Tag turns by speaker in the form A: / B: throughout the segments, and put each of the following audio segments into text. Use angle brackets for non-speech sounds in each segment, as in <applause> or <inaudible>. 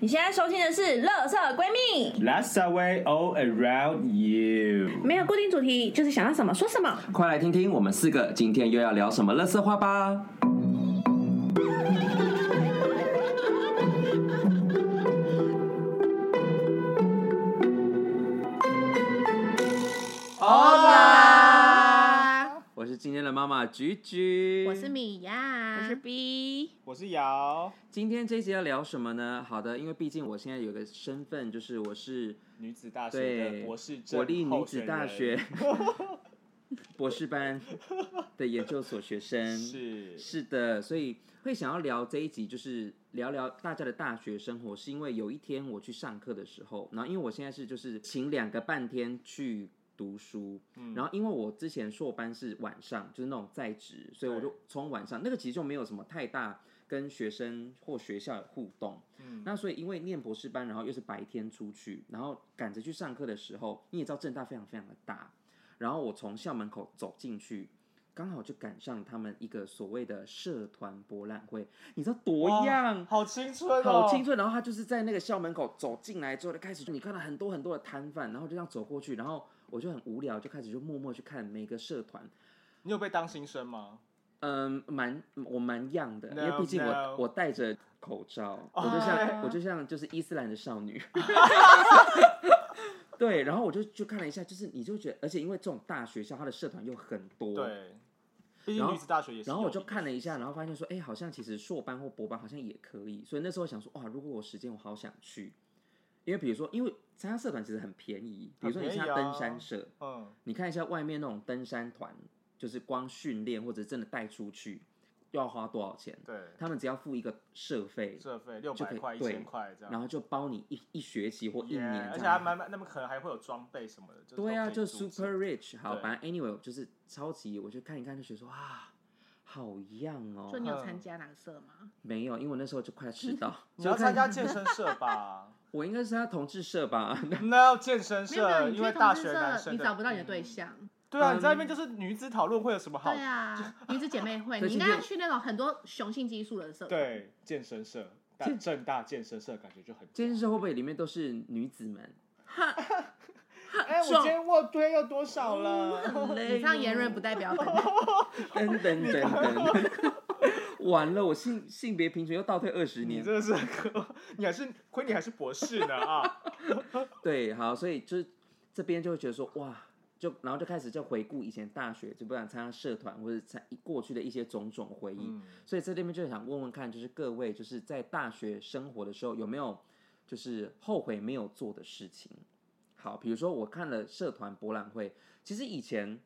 A: 你现在收听的是《乐色闺蜜》，
B: Let's away all around you。
A: 没有固定主题，就是想要什么说什么。
C: 快来听听我们四个今天又要聊什么乐色话吧！
D: 啦，
C: 我是今天的妈妈菊菊，
D: 我是米娅，
A: 我是 B，
B: 我是瑶，
C: 今天这一集要聊什么呢？好的，因为毕竟我现在有个身份，就是我是
B: 女子大学
C: 对
B: 的博士证
C: 国立女
B: 候
C: 子
B: 选
C: 大
B: 人
C: 学博士班的研究所学生。
B: <laughs> <laughs> 是
C: 是的，所以会想要聊这一集，就是聊聊大家的大学生活，是因为有一天我去上课的时候，然后因为我现在是就是请两个半天去读书，
B: 嗯
C: 然后因为我之前硕班是晚上，就是那种在职，所以我
B: 对
C: 就从晚上那个其实就没有什么太大跟学生或学校有互动，
B: 嗯
C: 那所以因为念博士班，然后又是白天出去，然后赶着去上课的时候，你也知道正大非常非常的大，然后我从校门口走进去，刚好就赶上他们一个所谓的社团博览会，你知道多
B: 哇
C: 样。
B: 好青春哦，
C: 好青春，然后他就是在那个校门口走进来之后，就开始你看到很多很多的摊贩，然后就这样走过去，然后我就很无聊，就开始就默默去看每个社团，
B: 你有被当新生吗？
C: 嗯，蛮我蛮样的，因
B: No，
C: 为毕竟我
B: no
C: 我戴着口罩，我
B: 哦
C: 就像
D: 对
C: 我就像就是伊斯兰的少
B: <laughs>
C: 女。对，然后我就就看了一下，就是你就觉得，而且因为这种大学校，它的社团又很多，。
B: 对，毕竟
C: 然后
B: 女子大学也是。
C: 然后我就看了，一下，然后发现说，哎，好像其实硕班或博班好像也可以，所以那时候想说，哇，如果我时间，我好想去，因为比如说，因为参加社团其实很便宜，比如说你参
B: 很
C: 加
B: 便宜
C: 登
B: 啊
C: 山社，
B: 嗯，
C: 你看一下外面那种登山团，就是光训练或者真的带出去，要花多少钱？
B: 对，
C: 他们只要付一个社费，
B: 社费六
C: 就
B: 百
C: 可以
B: 块、一
C: 对
B: 千块这样，
C: 然后就包你一一学期或一
B: Yeah，
C: 年
B: 而
C: 这
B: 且还
C: 样。
B: 蛮蛮，那么可能还会有装备什么的，就是
C: 对
B: 啊，
C: 啊，就 super rich。好，
B: 对
C: 反正 anyway 就是超级，我就看一看就觉得说啊，好样哦
D: 说。你有参加哪个社吗？
C: 没有，因为我那时候就快迟到
B: 嗯 <laughs> 。你要
C: 就看
B: 参加健身社
C: <laughs>
B: 吧
C: 我应该是他同志社吧？
B: ？No，健身
D: 没有没有，
B: 社，
D: 你
B: 因
D: 去
B: 为
D: 同
B: 大
D: 志
B: 学男
D: 社，
B: 生
D: 你找不到你的
B: 嗯哦
D: 对象。
B: 对啊，
C: 嗯
B: 你在那边就是女子讨论会有什么好
D: 对？啊，女子姐妹会，
C: 所以
D: 你应该
C: 今
D: 要
C: 天
D: 去那种很多雄性激素的社。，
B: 对，健身社，但正大健身社感觉就很。
C: 健身社会不会里面都是女子
B: <laughs>
C: 们？
B: 哎，我今天卧推又多少了？<laughs>
C: 很累。
D: 以上言论不代表本台。
C: 等等等等，完了，我性性别平权又倒退二十
B: 你
C: 年。
B: 真的是很可，你还是亏你还是博士呢啊！
C: 对，好，所以就是这边就会觉得说，哇，就然后就开始就回顾以前大学，就不管参加社团或者参过去的一些种种回忆。
B: 嗯
C: 所以在这边就想问问看，就是各位就是在大学生活的时候有没有就是后悔没有做的事情？好，比如说我看了社团博览会，其实以前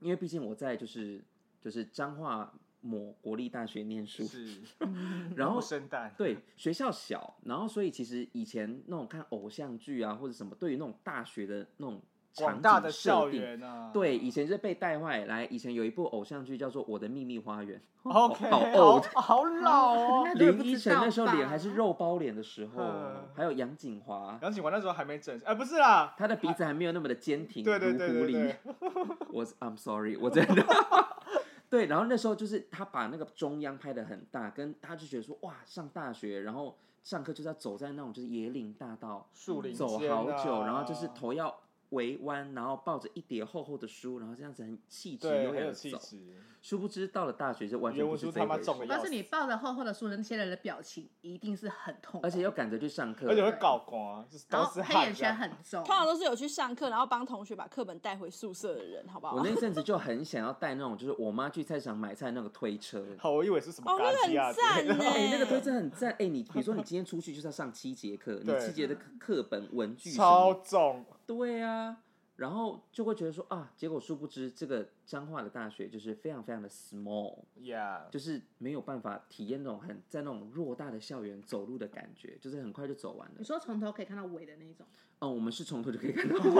C: 因为毕竟我在就是就是彰化某国立大学念书，
B: 是，
C: <laughs>
D: <laughs>
C: 然
B: 不
C: 后
B: 生蛋，
C: 对，学校小，然后所以其实以前那种看偶像剧啊或者什么，对于那种大学的那种
B: 广
C: 场
B: 大
C: 景
B: 的
C: 设
B: 校
C: 定
B: 园啊，
C: 对，以前就是被带坏。来，以前有一部偶像剧叫做《我的秘密花园》
B: ，OK，
C: 好
B: 好
C: old
B: 好老哦。
D: 那
C: 林依晨那时候脸
D: 吧
C: 还是肉包脸的时候
B: 嗯，
C: 还有杨景华，
B: 杨景华那时候还没整，哎，不是啦，
C: 她的鼻子还没有那么的坚挺，
B: 对对
C: 如
B: 对
C: 狐
B: 对
C: 狸
B: 对。，
C: <laughs> 我 I'm sorry，我真的。 <laughs> 对，然后那时候就是他把那个中央拍的很大，跟他就觉得说哇，上大学然后上课就是要走在那种就是椰林大道，
B: 树林
C: 走
B: 间
C: 好久，
B: 啊
C: 然后就是头要围弯，然后抱着一叠厚厚的书，然后这样子很气质
B: 对
C: 优
B: 很
C: 雅
B: 有
C: 的
B: 气
C: 走。
B: 质，
C: 殊不知到了大学就完全
B: 原
C: 不
B: 文
C: 是
B: 书
C: 这一
B: 他妈
C: 回事
B: 中，了
D: 我告
B: 要
D: 诉
B: 死，
D: 你，抱着厚厚的书，那些人的表情一定是很痛苦，
C: 而且又赶着去上课，
B: 而且会搞光，啊就是
D: 然
B: 都
D: 后
B: 是
D: 黑
B: 汗
D: 眼
B: 这样
D: 圈。很重。
E: 通常都是有去上课，然后帮同学把课本带回宿舍的人，好不好？
C: 我那阵子就很想要带那种，就是我妈去菜市场买菜那个推车。
B: 好，我以为是什么
E: 哦，
B: 嘎
E: 那
B: 吉
E: 个
B: 亚
E: 很
B: 之
E: 赞
B: 类的
C: <laughs>
E: 呢、
C: 哎、那个推车很赞！哎、你比如
B: <laughs>
C: 说你今天出去就是要上七节课，你
B: 对
C: 七节的
D: 嗯
C: 课课本、文具什
B: 超
C: 么，
B: 重，
C: 对啊，然后就会觉得说啊，结果殊不知这个彰化的大学就是非常非常的 small，
B: yeah，
C: 就是没有办法体验那种很在那种偌大的校园走路的感觉，就是很快就走完了
D: 你。说从头可以看到尾的那种，
C: 嗯，我们是从头就可以
B: <laughs>
C: 看到
B: 好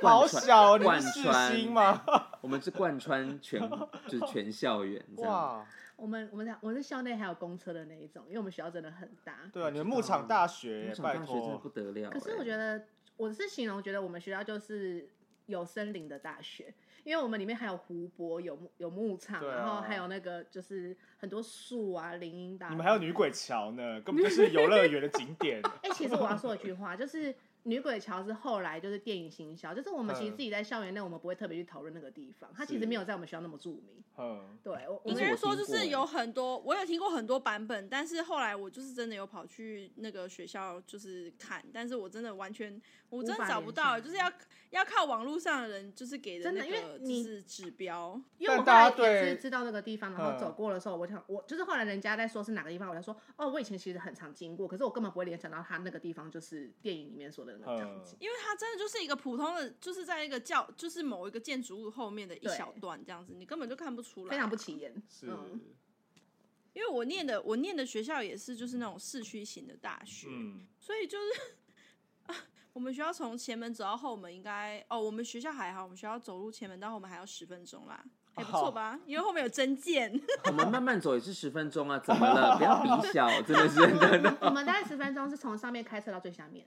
C: 贯穿，
B: 小哦，你
C: 贯
B: 们是
C: 穿
B: 世新吗？
C: 我们是贯穿全就是全校园这样。
B: 哇，
D: 我们我们在我在校内还有公车的那一种，因为我们学校真的很大。
B: 对啊，你们牧场大学
C: 牧，场
B: 拜
C: 大学真的
B: 托
C: 不，得了、
D: 可是我
C: 得
D: 觉得我是形容，觉得我们学校就是有森林的大学，因为我们里面还有湖泊，有牧有牧场，
B: 对啊
D: 然后还有那个就是很多树啊，林荫大。
C: <laughs>
B: 你们还有女鬼桥呢，根本就是游乐园的景点。
D: 哎、其实我要说一句话，就是《女鬼桥》是后来就是电影行销，就是我们其实自己在校园内，我们不会特别去讨论那个地方，它其实
B: 嗯是
D: 没有在我们学校那么著名。
C: <laughs>
B: 嗯，
D: 对，我我
E: 应
D: 们
E: 该
C: 我
E: 说
C: 听
E: 就
C: 过
E: 是有很多，我有听过很多版本，但是后来我就是真的有跑去那个学校就是看，但是我真的完全我真
D: 无法
E: 的找
D: 联
E: 不到，
D: 想
E: 就是要要靠网络上的人就是给的
D: 真
E: 那
D: 的因为
E: 个就
D: 你
E: 是指标，
D: 因为我
B: 但
D: 后
B: 大
D: 来
B: 家对嗯
D: 也是知道那个地方，然后走过的时候，我想我就是后来人家在说是哪个地方，我就说哦，我以前其实很常经过，可是我根本不会联想到它那个地方就是电影里面说的那个场景。
E: 因为它真的就是一个普通的，就是在一个教就是某一个建筑物后面的一
D: 对
E: 小段这样子，你根本就看不出来，
D: 非常不起眼，
B: 嗯是 <laughs>
D: 嗯
E: 因为我念的我念的学校也是就是那种市区型的大学，
B: 嗯，
E: 所以就是啊我们学校从前门走到后门应该哦，我们学校还好，我们学校走路前门到后门还要十分钟啦，还不错吧？因为后面有针线，
C: 我们慢慢走也是十分钟啊，怎么了？不要比小，真的
D: <laughs>
C: 是真的，
D: 我们大概十分钟是从上面开车到最下面，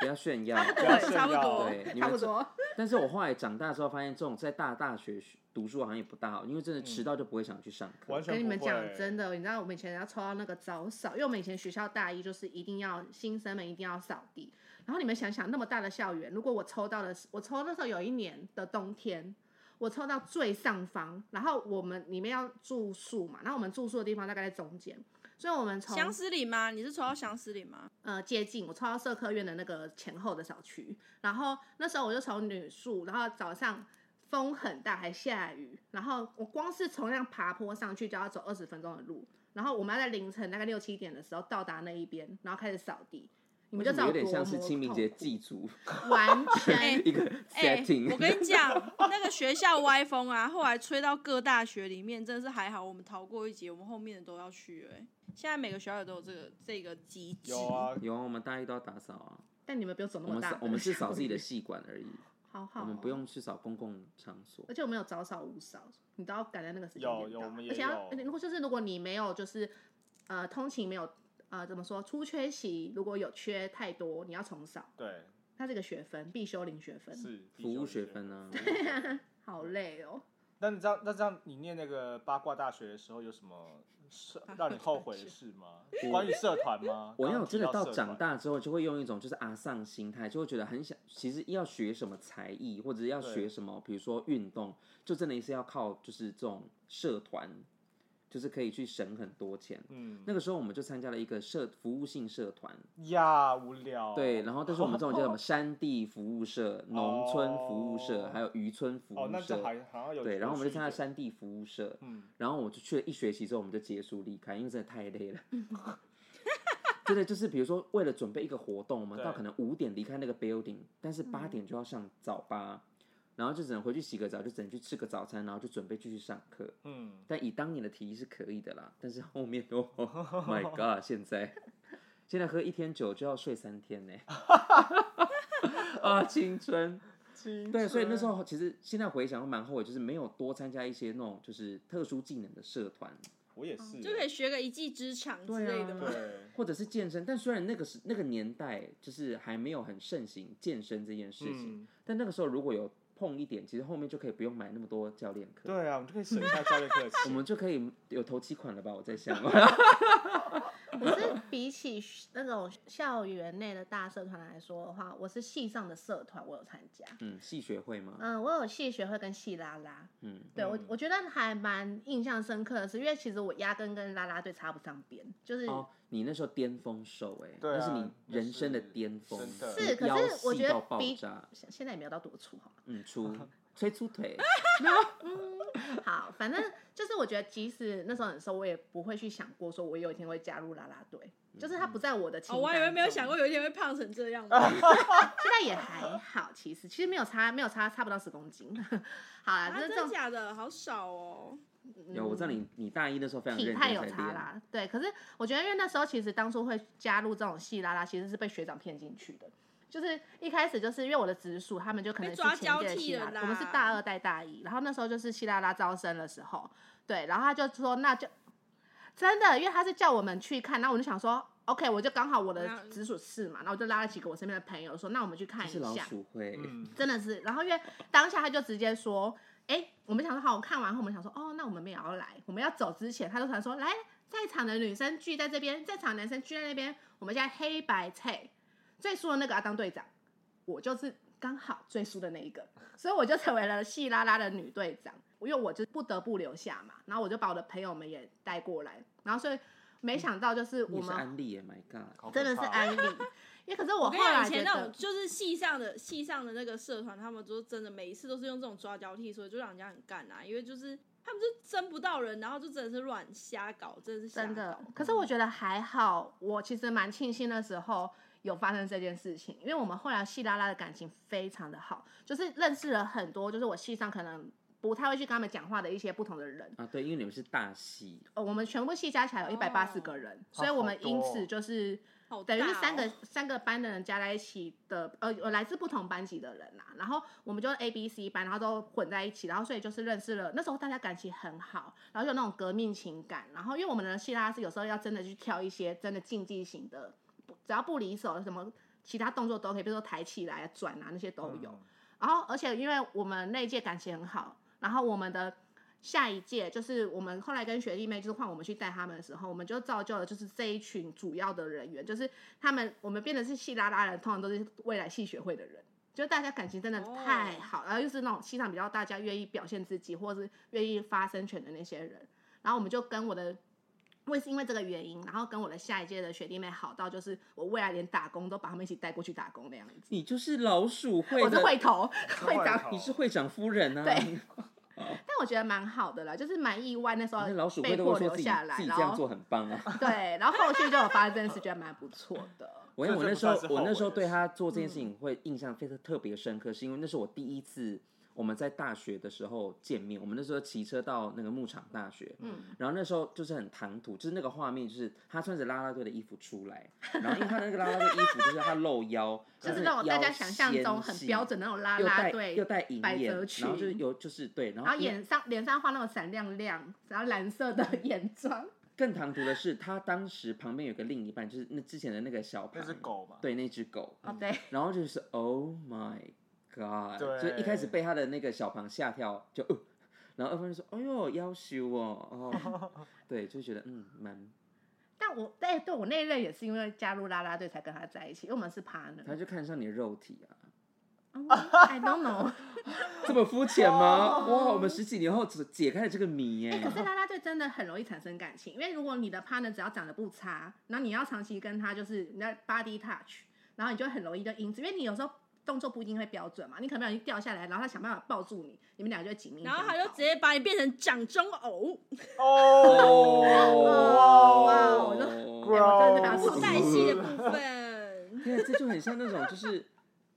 C: 不要炫耀。
E: <laughs>
B: 不要炫
E: 差不
B: 耀
E: 多。
C: 对，你
D: 差
C: 们
D: 不
C: 这
D: 多。
C: 但是我后来长大之后发现，这种在大大学学读书好像也不大好，因为真的迟到就不会想去上课。
B: 完全
D: 跟你们
B: 不会
D: 讲真的，你知道我们以前要抽到那个早扫，因为我们以前学校大一就是一定要新生们一定要扫地。然后你们想想，那么大的校园，如果我抽到的是，我抽那时候有一年的冬天，我抽到最上方，然后我们里面要住宿嘛，然后我们住宿的地方大概在中间，所以我们从
E: 相思岭吗？你是抽到相思岭吗？
D: 呃接近，我抽到社科院的那个前后的小区，然后那时候我就从女宿，然后早上风很大还下雨，然后我光是从那样爬坡上去就要走二十分钟的路，然后我们要在凌晨大概六七点的时候到达那一边，然后开始扫地，你们就知道
C: 有点
D: 多
C: 像是
D: 么
C: 清明
D: 痛
C: 节
D: 苦
C: 祭祖
D: 完全
E: 哎
C: 一个
E: 哎、
C: setting。
E: 我跟你讲，那个学校歪风啊，后来吹到各大学里面，真的是还好，我们逃过一劫，我们后面的都要去、哎，现在每个学校也都有这个这个机制。
B: 有啊，
C: 有啊，我们大一都要打扫啊，
D: 但你们不用走那
C: 我
D: 么
C: 们
D: 大
C: 扫
D: 的，
C: 我们是扫自
D: <laughs>
C: 己的系馆而已，
D: 好好、哦
C: 我们不。用去扫公共场所
D: 而。且我们有早扫午扫，你都要赶在那个时间
B: 有
D: 点
B: 有
D: 到
B: 我们也
D: 而且要，
B: 有
D: 而且如果就是如果你没有就是呃通勤没有呃怎么说出缺席，如果有缺太多，你要重扫，
C: <laughs>
B: 对，
D: 它是一个学分，必修零学分，
B: 是
C: 服务学分啊
B: 必修学分
D: 好累哦。
B: <laughs> 那你知道，那这样你念那个八卦大学的时候，有什么社让你后悔的事
C: <laughs>
B: 吗？关于社团吗？
C: 我要
B: 刚刚提
C: 真的
B: 到
C: 到
B: 社
C: 长
B: 团，
C: 大之后，就会用一种就是阿丧心态，就会觉得很想，其实要学什么才艺，或者是要
B: 对
C: 学什么，比如说运动，就真的是要靠就是这种社团，就是可以去省很多钱。
B: 嗯，
C: 那个时候我们就参加了一个社服务性社团，
B: 呀无聊。
C: 对，然后但是我们这种叫
B: <laughs>
C: 什么山地服务社、农村服务社，还有渔村服
B: 哦，
C: 务
B: 那
C: 社
B: 这，好像好像有
C: 对，然后我们就参加
B: 看，
C: 山地服务社，
B: 嗯，
C: 然后我就去了一学期之后，我们就结束离开，因为真的太累了。 <laughs> 真的就是，比如说为了准备一个活动，我们到
B: 对
C: 可能五点离开那个 building，但是八点就要上早八，然后就只能回去洗个澡，就只能去吃个早餐，然后就准备继续上课。
B: 嗯，
C: 但以当年的体力是可以的啦，但是后面哦，My God，现在现在喝一天酒就要睡三天呢， <laughs> 啊，青春。对，所以那时
B: 嗯
C: 候其实现在回想蛮后悔，就是没有多参加一些那种就是特殊技能的社团，
B: 我
C: 哦
B: 也是，
E: 就可以学个一技之长之
C: 对啊
E: 类
B: <laughs>
E: 的嘛。
B: 对，
C: 或者是健身。但虽然那个时那个年代就是还没有很盛行健身这件事情，
B: 嗯，
C: 但那个时候如果有碰一点，其实后面就可以不用买那么多教练课，
B: 对啊，我们就可以省一下教练
C: <laughs>
B: 课的
C: 我
B: 钱。
C: 们就可以有头期款了吧？我
B: <laughs>
C: 在想，
D: 我是比起那种校园内的大社团来说的话，我是系上的社团，我有参加。
C: 嗯，系学会嘛，
D: 嗯，我有系学会跟系拉拉，
C: 嗯，
D: 对我
B: 嗯
D: 我觉得还蛮印象深刻的是，因为其实我压根跟啦啦队插不上边，就是、
C: 哦，你那时候巅峰瘦哎、
B: 对啊
C: 那是你人生的
B: 那是
C: 巅峰，
B: 真的
D: 是可是
C: 腰
D: 我
C: 细
D: 觉得
C: 到爆
D: 比
C: 炸，
D: 现现在也没有到多粗好吗？
C: 嗯，出吹出
D: <laughs>
C: 腿，
D: 好，反正就是我觉得，即使那时候很瘦，我也不会去想过说我有一天会加入啦啦队，就是它不在我的清
E: 哦，
D: 单、
E: 我还以为没有想，过有一天会胖成这样啊呢。
D: 现在也还好，其实其实没有差，没有差，差不到十公斤。 <laughs> 好
E: 啊，
D: 啦，就是这
E: 真的
D: 种
E: 假的？好少哦。
C: 有我知道你你大一的时候非常
D: 嗯体
C: 认真
D: 态有
C: 在
D: 差
C: 练，
D: 啦，对。可是我觉得，因为那时候其实当初会加入这种戏啦啦，其实是被学长骗进去的。就是一开始就是因为我的直属，他们就可能
E: 被
D: 是
E: 抓
D: 前届
E: 交
D: 的
E: 替
D: 戏啦
E: 了啦
D: 我们是大二带大一，然后那时候就是戏啦啦招生的时候，对，然后他就说那就真的，因为他是叫我们去看，然后我就想说 OK，我就刚好我的
E: 那
D: 直属是嘛，然后我就拉了几个我身边的朋友说，那我们去看
C: 这
D: 一
C: 是老
D: 下，
C: 鼠会，
B: 嗯，
D: 真的是。然后因为当下他就直接说：“哎、我们想说好，我看完后我们想说，哦，那我们也要来。我们要走之前，他就突然说，来在场的女生聚在这边，在场的男生聚在那边，我们现在黑白配，最输的那个要当队长，我就是刚好最输的那一个，所以我就成为了细拉拉的女队长，因为我就不得不留下嘛，然后我就把我的朋友们也带过来，然后所以没想到就是
C: 你
D: 我
C: 也是
D: 们
C: 安利耶，My God，
B: 好可
D: 真的是
B: 怕哦
D: 安利，因为可是我
E: 我跟你
D: 后
E: 讲，
D: 来
E: 以
D: 觉
E: 前那种
D: 得。
E: 就是系上的系上的那个社团，他们都真的每一次都是用这种抓交替，所以就让人家很干啊，因为就是他们就争不到人，然后就真的是乱瞎搞，真的是瞎
D: 真的
E: 搞。，
D: 可是我觉得还好，我其实蛮庆幸的时候有发生这件事情，因为我们后来细拉拉的感情非常的好，就是认识了很多，就是我系上可能不太会去跟他们讲话的一些不同的人，
C: 啊，对，因为你们是大戏，
D: 呃，我们全部系加起来有一百八十
E: 哦
D: 个人，所以我们
B: 好多
D: 因
B: 哦
D: 此就是。
E: 好大
D: 等
E: 哦
D: 于是三个三个班的人加在一起的，呃，有来自不同班级的人啦、然后我们就 A、B、C 班，然后都混在一起，然后所以就是认识了。那时候大家感情很好，然后有那种革命情感。然后因为我们的希腊是有时候要真的去跳一些真的竞技型的，不只要不离手，什么其他动作都可以，比如说抬起来、转啊那些都 <laughs> 有。
B: 嗯
D: 然后而且因为我们那一届感情很好，然后我们的下一届就是我们后来跟学弟妹就是换我们去带他们的时候，我们就造就了就是这一群主要的人员，就是他们我们变得是系拉拉人，通常都是未来系学会的人。就大家感情真的
E: 哦
D: 太好然后又是那种系上比较大家愿意表现自己，或是愿意发声权的那些人，然后我们就跟我的，我也是因为这个原因，然后跟我的下一届的学弟妹好到，就是我未来连打工都把他们一起带过去打工那样子。
C: 你就是老鼠会
D: 我是
C: 的，
D: 会头，会
B: 会
D: 长，
B: 头
C: 你是会长夫人啊，
D: 对但我觉得蛮好的啦，就是蛮意外那时候
C: 哦那老鼠
D: 被
C: 会都
D: 迫
C: 会说自
D: 留
C: 己
D: 下来，
C: 自己
D: 然
C: 这样
D: 后
C: 做很棒
D: <laughs>
C: 啊。
D: 对，然后后续就有发生这件事，觉得蛮不错
C: <laughs>
D: 的。
C: 我跟你讲我那时候
B: 这就不算是后
C: 我
B: 悔的
C: 那时候对他做
D: 嗯
C: 这件事情会印象非常特别深刻，是因为那是我第一次我们在大学的时候见面，我们那时候骑车到那个牧场大学，
D: 嗯，
C: 然后那时候就是很唐突，就是那个画面就是他穿着啦啦队的衣服出来，然后因为他的那个啦啦队衣服就是他露腰，
D: <laughs> 就是
C: 然
D: 那
C: 后
D: 种大
C: 腰
D: 家想象中很
C: 纤细
D: 标准的那种拉
C: 又
D: 拉
C: 带
D: 队
C: 又，带银
D: 百
C: 眼，
D: 褶
C: 然后就是
D: 裙
C: 有就是对，然
D: 然
C: 后
D: 后
C: 因为
D: 眼上脸上画那种闪亮亮，然后蓝色的 <laughs> 眼妆，
C: 更唐突的是，他当时旁边有个另一半，就是那之前的那个小
B: 那
C: 胖，
B: 是，狗嘛？
C: 对，那只狗，
D: 哦对，
C: 然后就是 Oh my God，
B: 对
C: 就一开始被他的那个小胖吓跳，就， <laughs> 呃、然后二分就说，哎呦，要修哦，哦，
B: <laughs>
C: 对，就觉得嗯，蛮，
D: 但我哎对我那一任也是因为加入拉拉队才跟他在一起，因为我们是 partner
C: 他。就看上你的肉体啊，
D: 哦 I don't know，
C: 这么肤浅吗？
D: <laughs> 哦
C: 哇，我们十几年后只解开了这个谜耶、
D: 哎可是拉拉队真的很容易产生感情，因为如果你的 partner 只要长得不差，然后你要长期跟他就是你的 body touch，然后你就很容易就因此，因为你有时候动作不一定会标准嘛，你可能不小心掉下来，然后他想办法抱住你，你们俩就会紧密相
E: 然
D: 抱。
E: 后他就直接把你变成掌中偶，
B: 哦，
D: 哇
B: 哇
D: 我
B: 哦
D: 就 <laughs>
C: 哦
D: 哎我真的是把他
B: 不
E: 不
D: 送
E: 在
D: 进
E: 戏
D: 去
E: 的部分。
C: 对，这就很像那种就是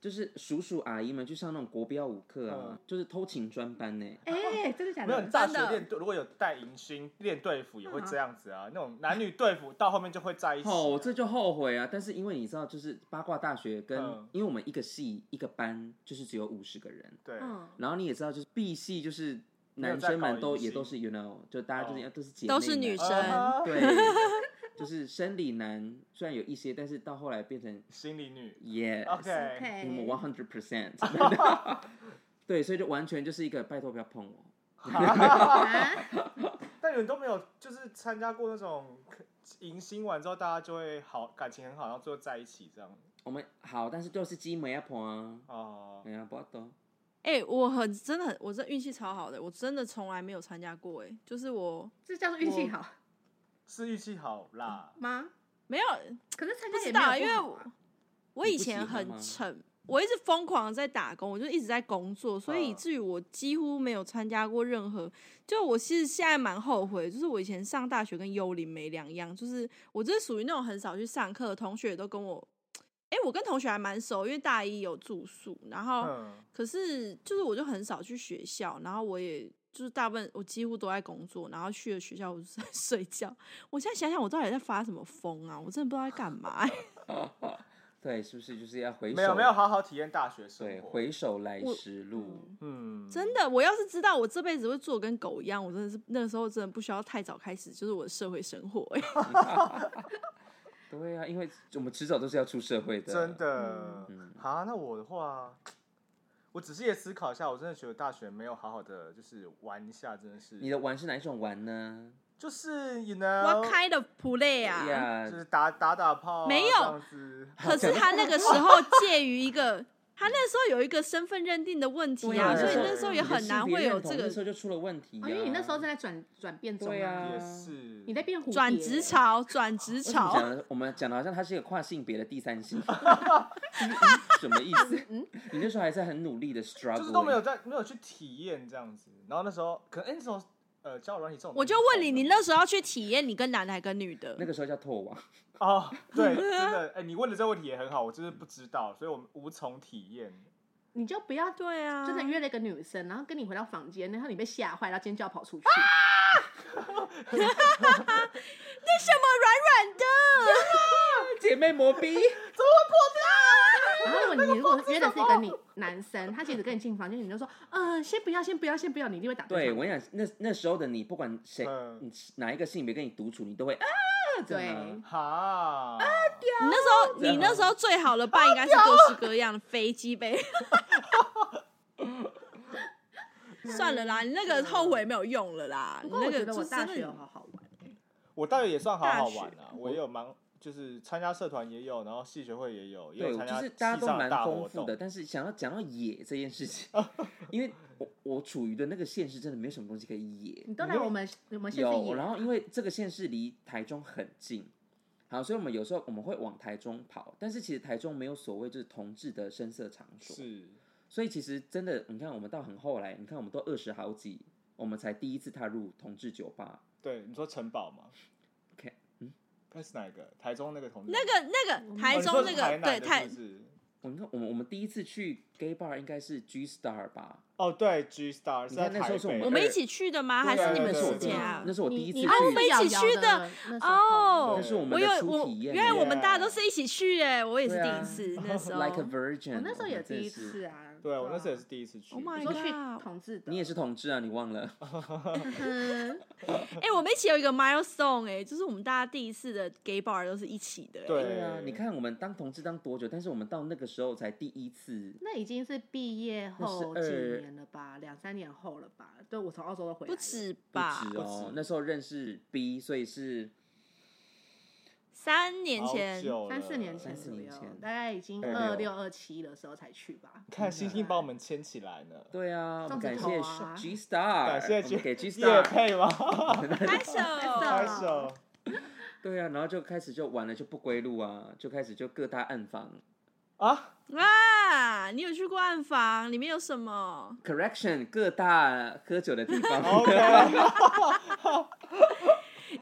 C: 就是叔叔阿姨们去上那种国标舞课啊，
B: 嗯
C: 就是偷情专班呢、
D: 哎、
E: 哦
D: 真的假
B: 没有，你
D: 的？嗯
B: 大
E: 真
B: 学
E: 的
B: 练队如果有带迎新练队服也会这样子啊，那种男女队服到后面就会在一起啊。
C: 哦，这就后悔啊！但是因为你知道，就是八卦大学跟，
B: 嗯
C: 因为我们一个系一个班就是只有五十个人，
B: 对，
D: 嗯，
C: 然后你也知道，就是 B 系就是
B: 没有
C: 男
B: 在
C: 生们
B: 搞
C: 都
B: 隐
C: 也都
B: 性
C: 是 you know，就大家就是、
B: 哦
C: 都是姐妹
E: 都是女
C: 们
B: <laughs>
E: 生
B: 啊
C: 对，就是生理男虽然有一些，但是到后来
B: <laughs>
C: 变成
B: 心理女
C: yes，
B: ，OK，
C: 我
E: 哎
C: 们
D: OK，
C: one hundred percent，
B: <laughs>
C: 对，所以就完全就是一个拜托不要碰我，
D: 啊
E: <laughs>
B: 但你们都没有就是参加过那种迎新完之后大家就会好感情很好，然后最后在一起这样
C: 我们好，但是就是鸡没要碰啊，
B: 哦
C: 哎，呀，不要动。
E: <laughs> 哎、我很真的很，我这运气超好的，我真的从来没有参加过、哎，就是我
D: 这叫做运气好
B: 是运气好啦，
D: 吗？
E: 没有，
D: 可是参
E: 不
D: 加
E: 知
D: 也没
E: 道
D: 有
E: 啊，因为
D: 不好
E: 我
D: 啊
E: 我
C: 你
E: 以
C: 不喜
E: 前
C: 欢
E: 很
C: 吗
E: 沉，我一直疯狂的在打工，我就一直在工作，所以以
B: 嗯
E: 至于我几乎没有参加过任何。就我其实现在蛮后悔，就是我以前上大学跟幽灵没两样，就是我这属于那种很少去上课，同学也都跟我，哎、我跟同学还蛮熟，因为大一有住宿，然后。
B: 嗯，
E: 可是就是我就很少去学校，然后我也就是大部分我几乎都在工作，然后去了学校我就 <laughs> 在睡觉。我现在想想，我到底在发什么疯啊？我真的不知道在干嘛、欸
C: 对，是不是就是要回首？
B: 没有没有，好好体验大学
C: 对，
B: 生活，
C: 回首来
E: 我
C: 时路。
D: 嗯
E: <laughs>
B: 嗯，
E: 真的，我要是知道我这辈子会做跟狗一样，我真的是那个时候真的不需要太早开始，就是我的社会生活、哎
C: 对啊，因为我们迟早都是要出社会的。
B: 真。的
C: 嗯，
B: 啊，那我的话，我仔细的思考一下，我真的觉得大学没有好好的就是玩一下，真的是
C: 你的玩是哪一种玩呢？
B: 就是 you know，
E: What kind of play 啊？
C: 呀
B: 就是打打打炮啊、
E: 没有
B: 这样子
E: 可是他那个时候介于一个，他那时候有一个身份认定的问题
C: 对
E: 啊，
C: 啊，
E: 所以
B: 对
E: 那时候也很难会有这
C: 你
E: 个
C: 的性别认同那时候就出了问题、
D: 哦因为你那时候正在转转变中
C: 对啊
B: 也是，
D: 你在变蝴蝶
E: 转职，潮，转职
C: 为什么
E: 潮。
C: 讲的我们讲的好像他是一个跨性别的第
B: <laughs>
C: 三性，什么意
E: <laughs>
C: 思？
E: 嗯
C: 你那时候还在很努力的 struggle，
B: 就是都没有在没有去体验这样子。然后那时候可能、哎那时候呃交友软体这种东
E: 我
B: 西
E: 就
B: 好吗，
E: 问
D: 嗯
E: 你，你那时候要去体验你跟男的还跟女的？
C: 欸那个时候叫拓
B: <laughs>
C: 网，
B: 哦，
E: <laughs>
B: 对，真的，哎、你问的这个问题也很好，我真是不知道，所以我们无从体验。
D: 你就不要
E: 对啊，
D: 真的约了一个女生，然后跟你回到房间，然后你被吓坏，然后尖叫跑出去。
E: 那什么软软的？
C: 姐妹磨逼，
D: 然后如果你如果约的是一个你男生，他其实跟你进房间，你就说，嗯，先不要，先不要，先不要，你一定会打
C: 对
D: 退堂
C: 我跟你讲，那那时候的你，不管谁，
B: 嗯
C: 你哪一个性别跟你独处，你都会啊，
D: 鼓对
C: 真的
B: 哈，
E: 你那时候，
D: 啊
E: 你那时候最好的伴应该是各式各样的飞机
D: <laughs>
E: 杯。算了啦，你那个后悔没有用了啦。
D: 嗯不
E: 你
D: 过我
E: 那
D: 觉
E: 个
D: 得
E: 就
D: 我
E: 真
D: 大
E: 的
D: 学有好好玩，
B: 我大学也算好好玩
E: 大
B: 啊，我也有忙，就是参加社团也有，然后系学会也有，也
C: 对，
B: 有参加
C: 就是
B: 系
C: 大家都
B: 上
C: 蛮
B: 大活
C: 丰富
B: 动
C: 的。。但是想要讲到野这件
B: <laughs>
C: 事情，因为我我处于的那个现实真的没什么东西可以野，
D: 你都来我们我们现在
C: 有，
D: 也
C: 然后因为这个县市离台中很近，好，所以我们有时候我们会往台中跑，但是其实台中没有所谓就是同志的深色场所，
B: 是，
C: 所以其实真的，你看我们到很后来，你看我们都二十好几，我们才第一次踏入同志酒吧，
B: 对，你说城堡嘛
C: OK，嗯
B: 那是哪一个？台中那个同志
E: 那个
D: 嗯
E: 那个台
B: 哦你
E: 中
B: 说是
E: 那
B: 台
E: 个
B: 南
E: 对
B: 的
E: 台
B: 是不是
C: 我你看我们我们第一次去 gay bar 应该是 G Star 吧，
B: 哦，对，G Star 是
C: 你
B: 在
C: 看那时
B: 台
C: 候是我
B: 北
C: 们
E: 我们一起去的吗？还
B: 对
E: 是
B: 啊
E: 你们
B: 对啊
E: 暑
B: 对
E: 假
B: 啊？
C: 那是我第一次
D: 你
C: 去
D: 你
E: 啊我们一起去的
D: 那时候
E: 哦
C: 那是我们
E: 我
C: 的
E: 有
C: 初
E: 我，
C: 体验
E: 原来我们大家
B: Yeah
E: 都是一起去哎，我也是
C: 对
E: 第
C: 啊
E: 一次那哦时候。
C: ，Like a Virgin，
D: 我那时
C: 嗯我
D: 候也
C: 们真
D: 第一
C: 是
D: 次啊，
B: 对我那时候也
D: 是，
B: 是第一次去。
E: Oh my
D: 你说去
E: God
D: 同志的，
C: 你也是同志啊，你忘了？
D: 嗯，
E: 哎，我们一起有一个 milestone 哎，就是我们大家第一次的 gay bar 都是一起的。哎
B: 对
C: 对啊，你看我们当同志当多久，但是我们到那个时候才第一次
D: 那已经是毕业后
C: 那
D: 几
C: 是二
D: 年了吧，两三年后了吧？对，我从澳洲都回来
E: 不
D: 了，
E: 止
C: 不
E: 吧？
C: 止
B: 不止
C: 哦，那时候认识 B，所以是
E: 三年
B: 好
E: 前，
B: 久了
D: 三四年
C: 三
D: 前
C: 四
D: 左
C: 年
D: 右
C: 前
D: 大概已经
C: 二
D: 二
C: 六
D: 六二七的时候才去吧。
B: 看星星把我们牵起来呢，
C: 对啊，我们
D: 粽子
C: 感
D: 头
C: 谢
D: 啊
C: G Star，
B: 感谢
C: 我
B: <laughs>
C: 们给 G
B: 叶
C: Star，
B: 配吗？
E: 拍手，
B: 拍
D: 拍手
E: <laughs>
B: 手，
C: 对啊，然后就开始就玩了就不归路啊，就开始就各大暗房
B: 啊，
E: 啊！你有去过暗房？里面有什么？
C: correction 各大喝酒的地
B: <laughs>
C: 方
B: OK，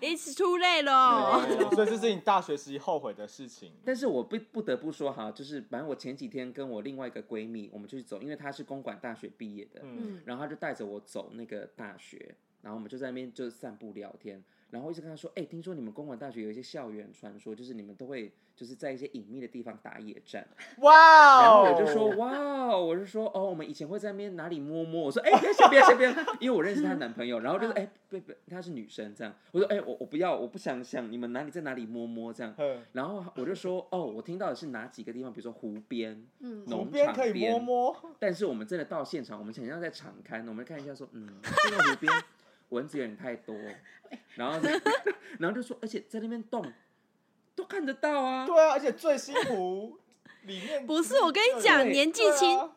E: It's too late 咯。
B: 所以这是你大学时期后悔的事情。
C: <laughs> 但是我不不得不说哈，就是反正我前几天跟我另外一个闺蜜，我们就去走，因为她是公馆大学毕业的，
B: 嗯，
C: 然后她就带着我走那个大学，然后我们就在那边就是散步聊天，然后我一直跟她说，哎、听说你们公馆大学有一些校园传说，就是你们都会就是在一些隐秘的地方打野战，
B: 哇
C: 然后
B: 哦，
C: 我就说哇哦，我就说哦，我们以前会在那边哪里摸摸，我说哎，别先别先别，因为我认识她男朋友，然后就是哎，别别，她是女生这样，我说哎，我我不要，我不想想你们哪里在哪里摸摸这样，
B: 嗯，
C: 然后我就说哦，我听到的是哪几个地方，比如说湖边，
D: 嗯
B: 湖
C: 农
B: 边
C: 场
B: 可以摸摸，
C: 但是我们真的到现场，我们想象在场刊，我们看一下说，嗯，这个湖边蚊子有点
E: <laughs>
C: 太多，然后 <laughs> 然后就说，而且在那边动都看得到啊，
B: 对啊，而且最新湖里
E: <laughs>
B: 面
E: 不是我跟你讲
B: 啊对
E: 年纪轻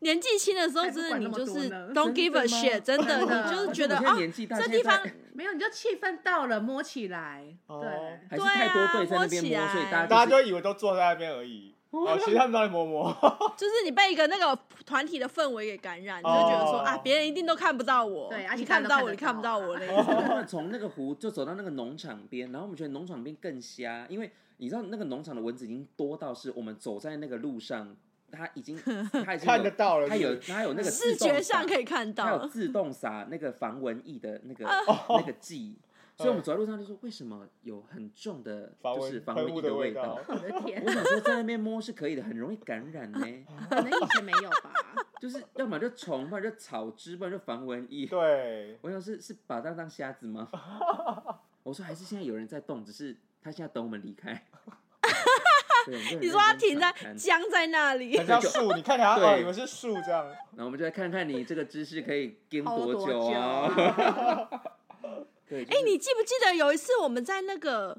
E: 年纪轻的时候，
D: 哎才不
E: 真的
D: 管
E: 你
D: 那么
E: 就
D: 多
E: 是
D: 呢
E: don't
C: 真
E: give
C: 的
E: a
C: 吗
E: shit，真的，
D: 真的
C: <laughs>
E: 你就是
C: 而且
E: 觉
D: <laughs>
E: 得
C: 我现在
E: 哦，
C: 年纪大，
E: 这
C: 现在
E: 地方
C: 在
D: 没有，你就气氛到了，摸起来。
B: 哦
D: 对，
C: 还是
E: 对
C: 太多
E: 啊
C: 对在那
E: 摸
C: 边
E: 起
C: 摸，所以
E: 来
C: 大家、就是、
B: 大家就以为都坐在那边而已。哦，其实他们在摸摸，
C: <laughs>
E: 哦就是你被一个那个团体的氛围给感染，你就觉得说
B: 哦
E: 啊，别人一定都看不到我，
D: 对而
E: 你
D: 且
E: 看
D: 看
E: 不
D: 都
E: 到
D: 看
E: 我，
D: 得
E: 你看不到
D: 到
E: 我
D: 啊
E: 嘞。
C: 他们从那个湖就走到那个农场边，然后我们觉得农场边更瞎，因为你知道那个农场的蚊子已经多到是我们走在那个路上，它已经它已经
B: <laughs>
C: 有
B: 看得到了
C: 它
B: 是
C: 有
B: 不
C: 它有那个
E: 视
C: 自动
E: 觉上
C: 洒
E: 可以看
C: 它哦有
E: 到， <laughs> 哦
C: 自动撒那个防蚊液的那个、 <laughs> 那个
E: <laughs>
C: 剂，所以我们走在路上就说为什么有很重的
B: 防
C: 就是
B: 蚊
C: 防
B: 喷
C: 蚊
B: 雾
C: 液
B: 的
C: 味
B: 道
C: 道。。 <laughs>
D: 我的天啊
C: 我，想说在那边摸是可以的，很容易感
E: <laughs>
C: 染呢、
D: 可能以前没有
C: <laughs>
D: 吧。
C: 就是要么就虫，不然就草汁，不然就防蚊液。 <laughs>
B: 对，
C: 我想是是把它当瞎子
E: <laughs>
C: 吗？我说还是现在有人在动，只是他现在等我们离
E: <laughs>
C: 开。对我们就很
E: 你说他
C: 认真
E: 停在
C: 看
E: 僵在那
B: <laughs>
E: 里
B: 很，像树，你看起来哦，
C: 对
B: 以为是树这样。
C: 然后我们就来看看你这个姿势可以跟
D: 抛
C: 多
D: 多久
C: 久啊？
D: 啊？
C: 啊对，
E: 啊哎、你记不记得有一次我们在那个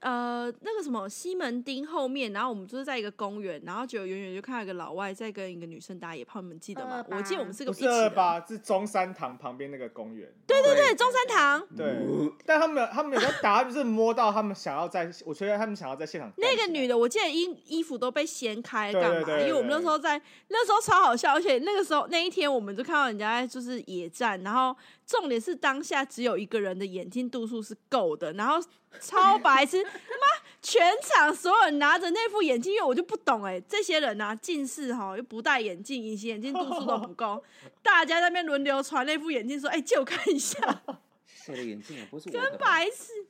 E: 呃那个什么西门町后面，然后我们就是在一个公园，然后就远远就看到一个老外在跟一个女生打野炮，你们记得吗？
D: 二八
E: 我记得我们是个
B: 不
E: 一起
B: 是二
E: 的，
B: 吧？是中山堂旁边那个公园。
C: <laughs>
E: 对对对，中山堂
B: 对，但他们他们有在打，就是摸到他们想要在，我觉得他们想要在现场
E: 那个女
B: 的，
E: 的，我记得衣衣服都被掀开
B: 对
E: 干
B: 对
E: 嘛？
B: 对
E: 因为我们
B: 对
E: 那时候在那时候超好笑，而且那个时候那一天我们就看到人家在就是野战，然后重点是当下只有一个人的眼镜度数是够的，然后超白痴，他 <laughs> 妈全场所有人拿着那副眼镜，因为我就不懂哎、这些人啊近视哈又不戴眼镜，隐形眼镜度数都不
B: <laughs>
E: 够，大家在那边轮流传那副眼镜说：“哎、借我看一下。”
B: <laughs>
C: 谁的眼镜啊？不是我
E: 真
C: 的吧，
E: 白痴，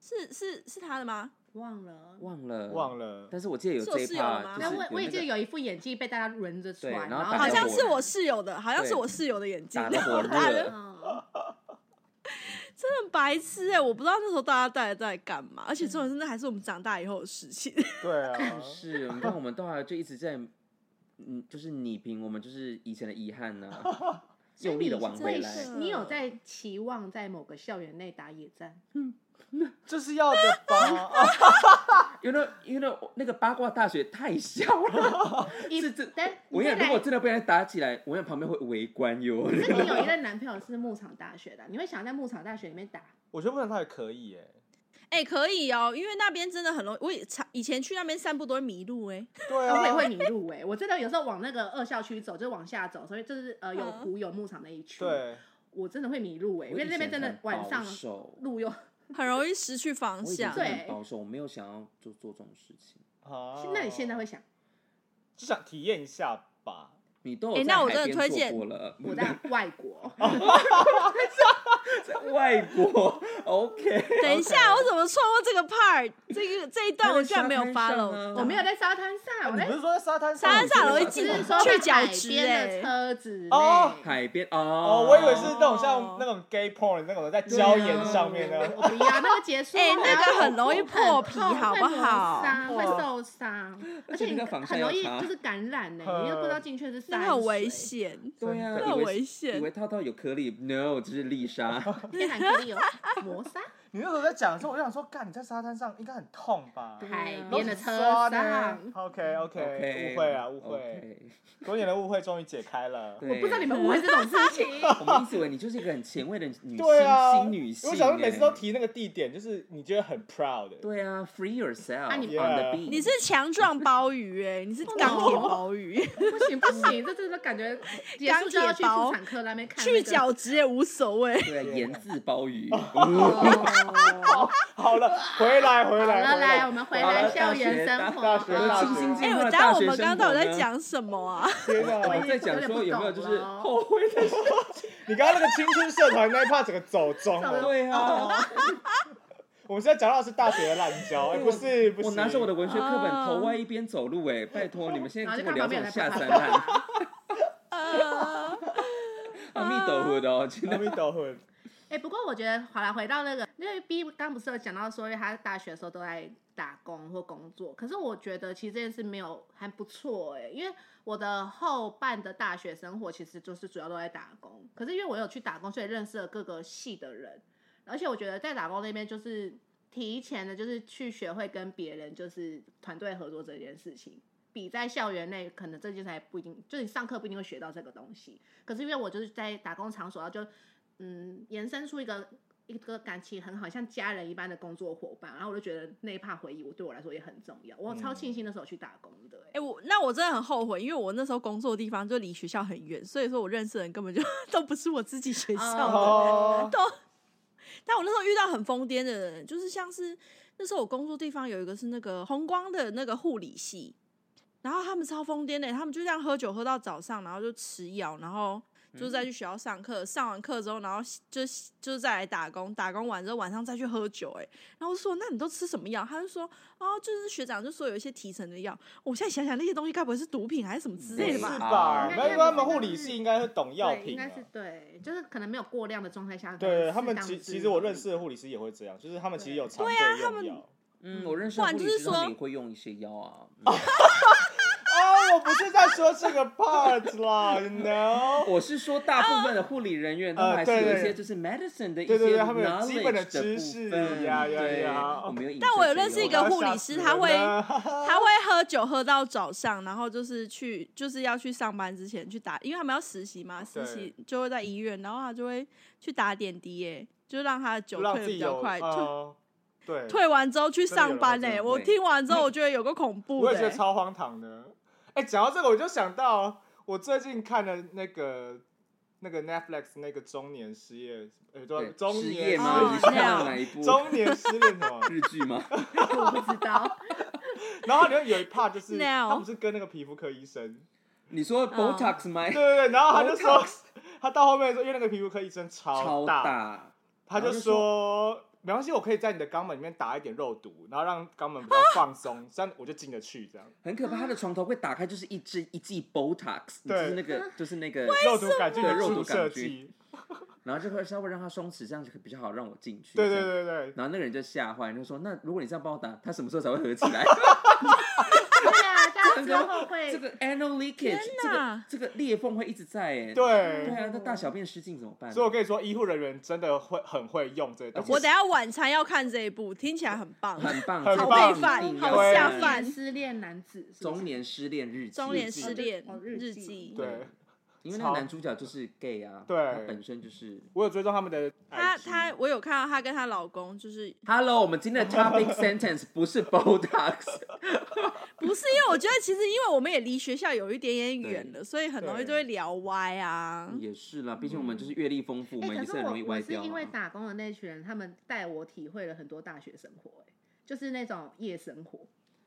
E: 是是是他的吗？
D: <laughs> 忘了。
C: 忘了
D: 嗯
B: 忘。了，
C: 但是我记得有
E: 是我
C: 这一
E: 室友的
C: 趴，
E: 吗
C: 就
D: 那
C: 是
D: 我我
C: 那
D: 也记
C: 个
D: 得有一副眼镜被大家轮着穿，
C: 对然后
D: 然后
C: 打
E: 好
C: 开
E: 像
C: 火
E: 是我室友的，好像是
C: 对
E: 我室友的眼镜，
C: 打
E: 然
C: 的
E: 后 <laughs>
C: 火
E: 打
C: 热
D: <laughs>
E: 的
D: 嗯
E: 很白痴哎、我不知道那时候大家到底在干嘛，而且重点
C: 嗯
E: 是那还是我们长大以后的事情。
B: <laughs>
E: <laughs>
B: 对啊，
D: <laughs>
C: 是，你看我们到后来就一直在，嗯，就是拟平我们就是以前的遗憾呢、
D: <laughs>
C: 用力的挽
D: 所以
C: 回
D: 你
C: 来
D: 是。你有在期望在某个校园内打野战？
B: 这是要的吧？ <laughs> 啊
C: 因为因为那个八卦大学太小了，
D: 一
C: 是这。
D: 但
C: <laughs> 我
D: <laughs> 你
C: 想
D: 在
C: 如
D: 来
C: 果，真的被人打起来，我想旁边会围观哟。
D: 可是你有一任男朋友是牧场大学的，你会想在牧场大学里面打？
B: 我觉得不能太可以耶，
E: 哎、可以哦，因为那边真的很容易，我以常以前去那边散步都会迷路哎、
B: <laughs> 对
D: 我也
B: 啊，
D: 会迷路哎、我真的有时候往那个二校区走，就是往下走，所以就是呃有湖有牧场那一区，，
B: 对，
D: 我真的会迷路哎、因
C: 我
D: 为
C: 以
D: 那
C: 前
D: 边真的
C: 很
D: 晚
C: 保
D: 上
C: 守，
D: 路又，
E: 很容易失去方
C: 我以前
E: 向
C: 真。的
D: 对
C: 很保守，我没有想要做做这种事情。
E: 哦
B: 啊，
D: 那你现在会想
B: 就想体验一下吧？
C: 你都有
E: 诶
C: 在
E: 那我
C: 海
E: 真的
C: 边
E: 推
C: 做
E: 荐
C: 过了，
D: 我在外国，
E: <laughs>
C: 在外国 <laughs> ，OK，
E: 等一下，我怎么错过这个 part？这个这一段
C: 那
E: 我
C: 在
E: 居然没有
C: 沙滩上
E: follow
C: 啊
E: 到。
D: 我没有在沙滩上，
E: 哦
D: 我
B: 你不
D: 在
B: 是说在沙滩上？
E: 沙滩上容易
D: 只
E: 进
D: 是说
E: 去
D: 在
E: 角
D: 海
E: 质
D: 边
E: 欸
D: 的车子
B: 哦
D: 内
C: 海边
B: 哦，
C: 哦，
B: 我以为是那种
D: 哦
B: 像那种 gay porn 那种在
D: 啊
B: 礁岩上面
D: <laughs> 的，
B: 的，
D: 我不要那个结束。
E: <laughs> 哎
D: 我
E: 那个
D: 要
E: 很容易
D: 很
E: 破皮
D: 痛
E: 好
D: 会
E: 不
D: 磨
E: 好
D: 伤会
B: 哇
C: <laughs>
D: 受伤，而
C: 哦且
D: 且
C: 那
D: 你
C: 个防晒
D: 很
C: 要
D: 容易
C: 擦
D: 就是感染
C: <laughs>
D: 呢、
B: 呵
D: 你又不知道进去的是
E: 那
D: 沙，
E: 个很危，险，
C: 对呀、
B: 真
E: 的
C: 以为
E: 危险
C: 以为套套有颗粒，no，只是
B: <laughs>
C: 粒沙。
D: 天然颗粒有
E: <laughs>
C: <laughs>
D: 磨砂。
B: 你那时候在讲的时候，我就想说，干你在沙滩上应该很痛吧？
D: 海
C: 啊
D: 边的车上。
B: OK OK，
C: OK，
D: <laughs>
B: 误会啊，误会，
C: OK
B: 多年的误会终于解开了。
C: 对
D: 我不知道你们 <laughs> 误会这种事情，
C: 我们一直以为你就是一个很前卫的女性，
B: 对啊，
C: 新女性欸。
B: 我小时候每次都提那个地点，就是你觉得很 proud 的。
C: 对啊，Free yourself
D: 啊
C: on
D: 你
C: the beach。
E: 你是强壮鲍鱼哎、你是钢铁
C: 哦
E: 鲍
C: <laughs>
E: 鱼，
D: 不行不行，这真的感觉结束就要去妇产科那边看、那
E: 去
D: 个。
E: 角质也无所
C: <laughs>
E: 谓。
C: 对
B: <laughs>
C: 啊，盐渍鲍鱼。
D: 哦
B: 好了，回来回
D: 好
B: 来
D: 了，
B: 回
D: 来
B: 来
D: 我，们回来校园生活。哦
B: 大学大学
C: 清新
B: 大学
E: 哎、
C: 进
E: 我
C: 化
E: 等
C: 的
E: 下
C: 大
E: 我
C: 学
E: 们刚
C: 生
E: 刚到
C: 活
E: 底在
C: 呢？
E: 讲什么啊？
B: 天
C: 我
B: 哪！
C: 们在讲说有没有就是后悔
B: <laughs>
C: 的事？
B: 你刚刚那个青春社团那一趴整个走中了。
C: 对啊，
B: 我们现在讲到的是大学的滥交，哎，不是不是。
C: 我拿着我的文学课本，
E: 啊
C: 头歪一边走路，哎，拜托你们现
D: 然
C: 在
D: 后就
C: 跟我聊
D: 看
C: 这种
D: 旁边有
C: 下
D: 在 <laughs>
C: 三
D: 拍
C: 滥，
D: 照。
E: 呃，
C: 阿弥陀佛
B: <laughs>
C: 的哦，真
B: 阿
C: 的。
B: 弥陀佛，
D: 哎、不过我觉得好了，回到那个，因为 B 刚不是有讲到说，因为他大学的时候都在打工或工作，可是我觉得其实这件事没有还不错哎、因为我的后半的大学生活其实就是主要都在打工，可是因为我有去打工，所以认识了各个系的人，而且我觉得在打工那边就是提前的，就是去学会跟别人就是团队合作这件事情。比在校园内，可能这件事还不一定，就是你上课不一定会学到这个东西。可是因为我就是在打工场所，然后就嗯，延伸出一个一个感情很好像家人一般的工作伙伴，然后我就觉得那一趴回忆，我对我来说也很重要。我超庆幸那时候去打工的、欸
E: 哎、我那我真的很后悔，因为我那时候工作的地方就离学校很远，所以说我认识的人根本就 <laughs> 都不是我自己学校的。
B: 哦
E: 都。但我那时候遇到很疯癫的人，就是像是那时候我工作地方有一个是那个红光的那个护理系，然后他们超疯癫的，欸他们就这样喝酒喝到早上，然后就吃药，然后就是再去学校上课，上完课之后，然后就就是再来打工，打工完之后晚上再去喝酒，哎，然后我说那你都吃什么药？他就说哦，就是学长就说有一些提神的药，我现在想想那些东西该不会是毒品还是什么之类
B: 是
E: 的吧？
B: 吧？
C: 应该
B: 那因为他们护理系应该会懂药
D: 对，应
B: 品啊
D: 该。是对，就是可能没有过量的状态下，可
B: 对
D: 能
B: 他们
D: 适当
B: 其
D: 之
B: 其实我认
D: 用
B: 识的护理师也会这样，就是他们其实有常
E: 对
B: 备
E: 啊他
B: 用
E: 们
B: 药。
C: 嗯，我认识
E: 不然
C: 护理
E: 就是
C: 师他们
E: 说
C: 也会用一些药啊。嗯
B: 哦，我不是在说这个 part 啦，you know。
C: 我是说，大部分
E: 啊
C: 的护理人员他
B: 呃
C: 们还是有一
B: 对对
C: 些就是 medicine 的一
B: 对对
C: 些
B: 对他们有
C: knowledge
B: 基本的
C: 的
B: 知
C: 部
B: 识
C: 分
B: 呀呀
C: 对
B: 呀
C: 我没有影射谁哦。
E: 但我有认识一个
B: 我要
E: 护
B: 吓
E: 理
B: 死
E: 师他
B: 人
E: 会
B: 了
E: 他会喝酒喝到早上，然后就是去就是要去上班之前去打，因为他们要实习嘛，实
B: 哦对
E: 习就会在医院，然后他就会去打点滴、耶，就让他的酒
B: 让
E: 退
B: 自
E: 得
B: 己
E: 比
B: 有
E: 较快，退
B: 呃对，
E: 退完之后去
B: 真的有
E: 上班、
B: 人会
E: 耶。
B: 这样
E: 我
C: 会
E: 听完之后，我觉得有个恐怖
B: 我
E: 的、
B: 也觉得
E: 欸，
B: 超荒唐的。哎、讲到这个，我就想到我最近看的那个那个 Netflix 那个中年失业，呃、
C: 对
B: 对，中
C: 失
B: 年
C: 业吗？
E: 哦
C: 你是看
E: 那
C: 到
E: 样
C: 哪一
E: <laughs>
C: 部
B: 中年失恋什么？
C: 日剧吗？
D: 我不知
B: <laughs>
D: 道，
B: 然后好像有一 part 就是他
E: Now
B: 不是跟那个皮肤科医生，
C: 你
E: 嗯
C: 说 Botox 吗？
B: 对对对，然后他
C: <laughs>
B: 就说他到后面说，因为那个皮肤科医生
C: 超
B: 大，
C: 大，
B: 他就
C: 然后就
B: 说。没关系，我可以在你的肛门里面打一点肉毒，然后让肛门比较放松，这样我就进得去。这样
C: 很
E: 啊
C: 可怕。他的床头柜打开就是一支一剂 Botox，就
B: 对
C: 是那
E: 啊
C: 个就是那个，
B: 肉毒杆菌的
C: 对肉毒
B: 注射
C: 杆菌
B: 剂，
C: 然后就会稍微让它松弛，这样就比较好让我进去。
B: 对
C: 这
B: 对对
C: 样
B: 对，
C: 然后那个人就吓坏，就说：“那如果你这样帮我打，他什么时候才会合
B: <laughs>
C: 起来？
D: 对啊， <laughs> 这样之后
C: 这
D: 会
C: 个 anal leakage，这个
E: 哪
C: 这个裂缝会一直在哎。
B: 对
C: 对啊，那大小便失禁怎么办？
B: 所以我跟你说，医护人员真的会很会用这些东西。
E: 我等一下晚餐要看这一部，听起来很棒，
C: 很棒，
B: 很
C: 这个
E: 好
B: 棒
C: 一定要
E: 配饭好
C: 看
E: 下饭
D: 失恋男子，是不是
C: 啊中年失恋日记，
E: 中年
B: 记
E: 失恋
D: 哦日
E: 日
D: 记
E: 记，
B: 对，
C: 因为那个男主角就是 gay 啊，
B: 对
C: 他本身就是。
B: 我有追踪他们的 IG。
E: 她她我有看到她跟她老公就是。
C: Hello，我们今天
B: <laughs>
C: 的 topic sentence 不是 Botox， <laughs>
E: 不是因为我觉得，其实因为我们也离学校有一点点远了，所以很容易
B: 对
E: 就会聊歪啊。
C: 也是啦，毕竟我们就是阅历丰富，我
D: 哎、
C: 们也
D: 可
C: 是
D: 是
C: 很容易
D: 我
C: 歪
D: 我是
C: 掉啊。
D: 因为打工的那群人，他们带我体会了很多大学生活、哎，就是那种夜生活。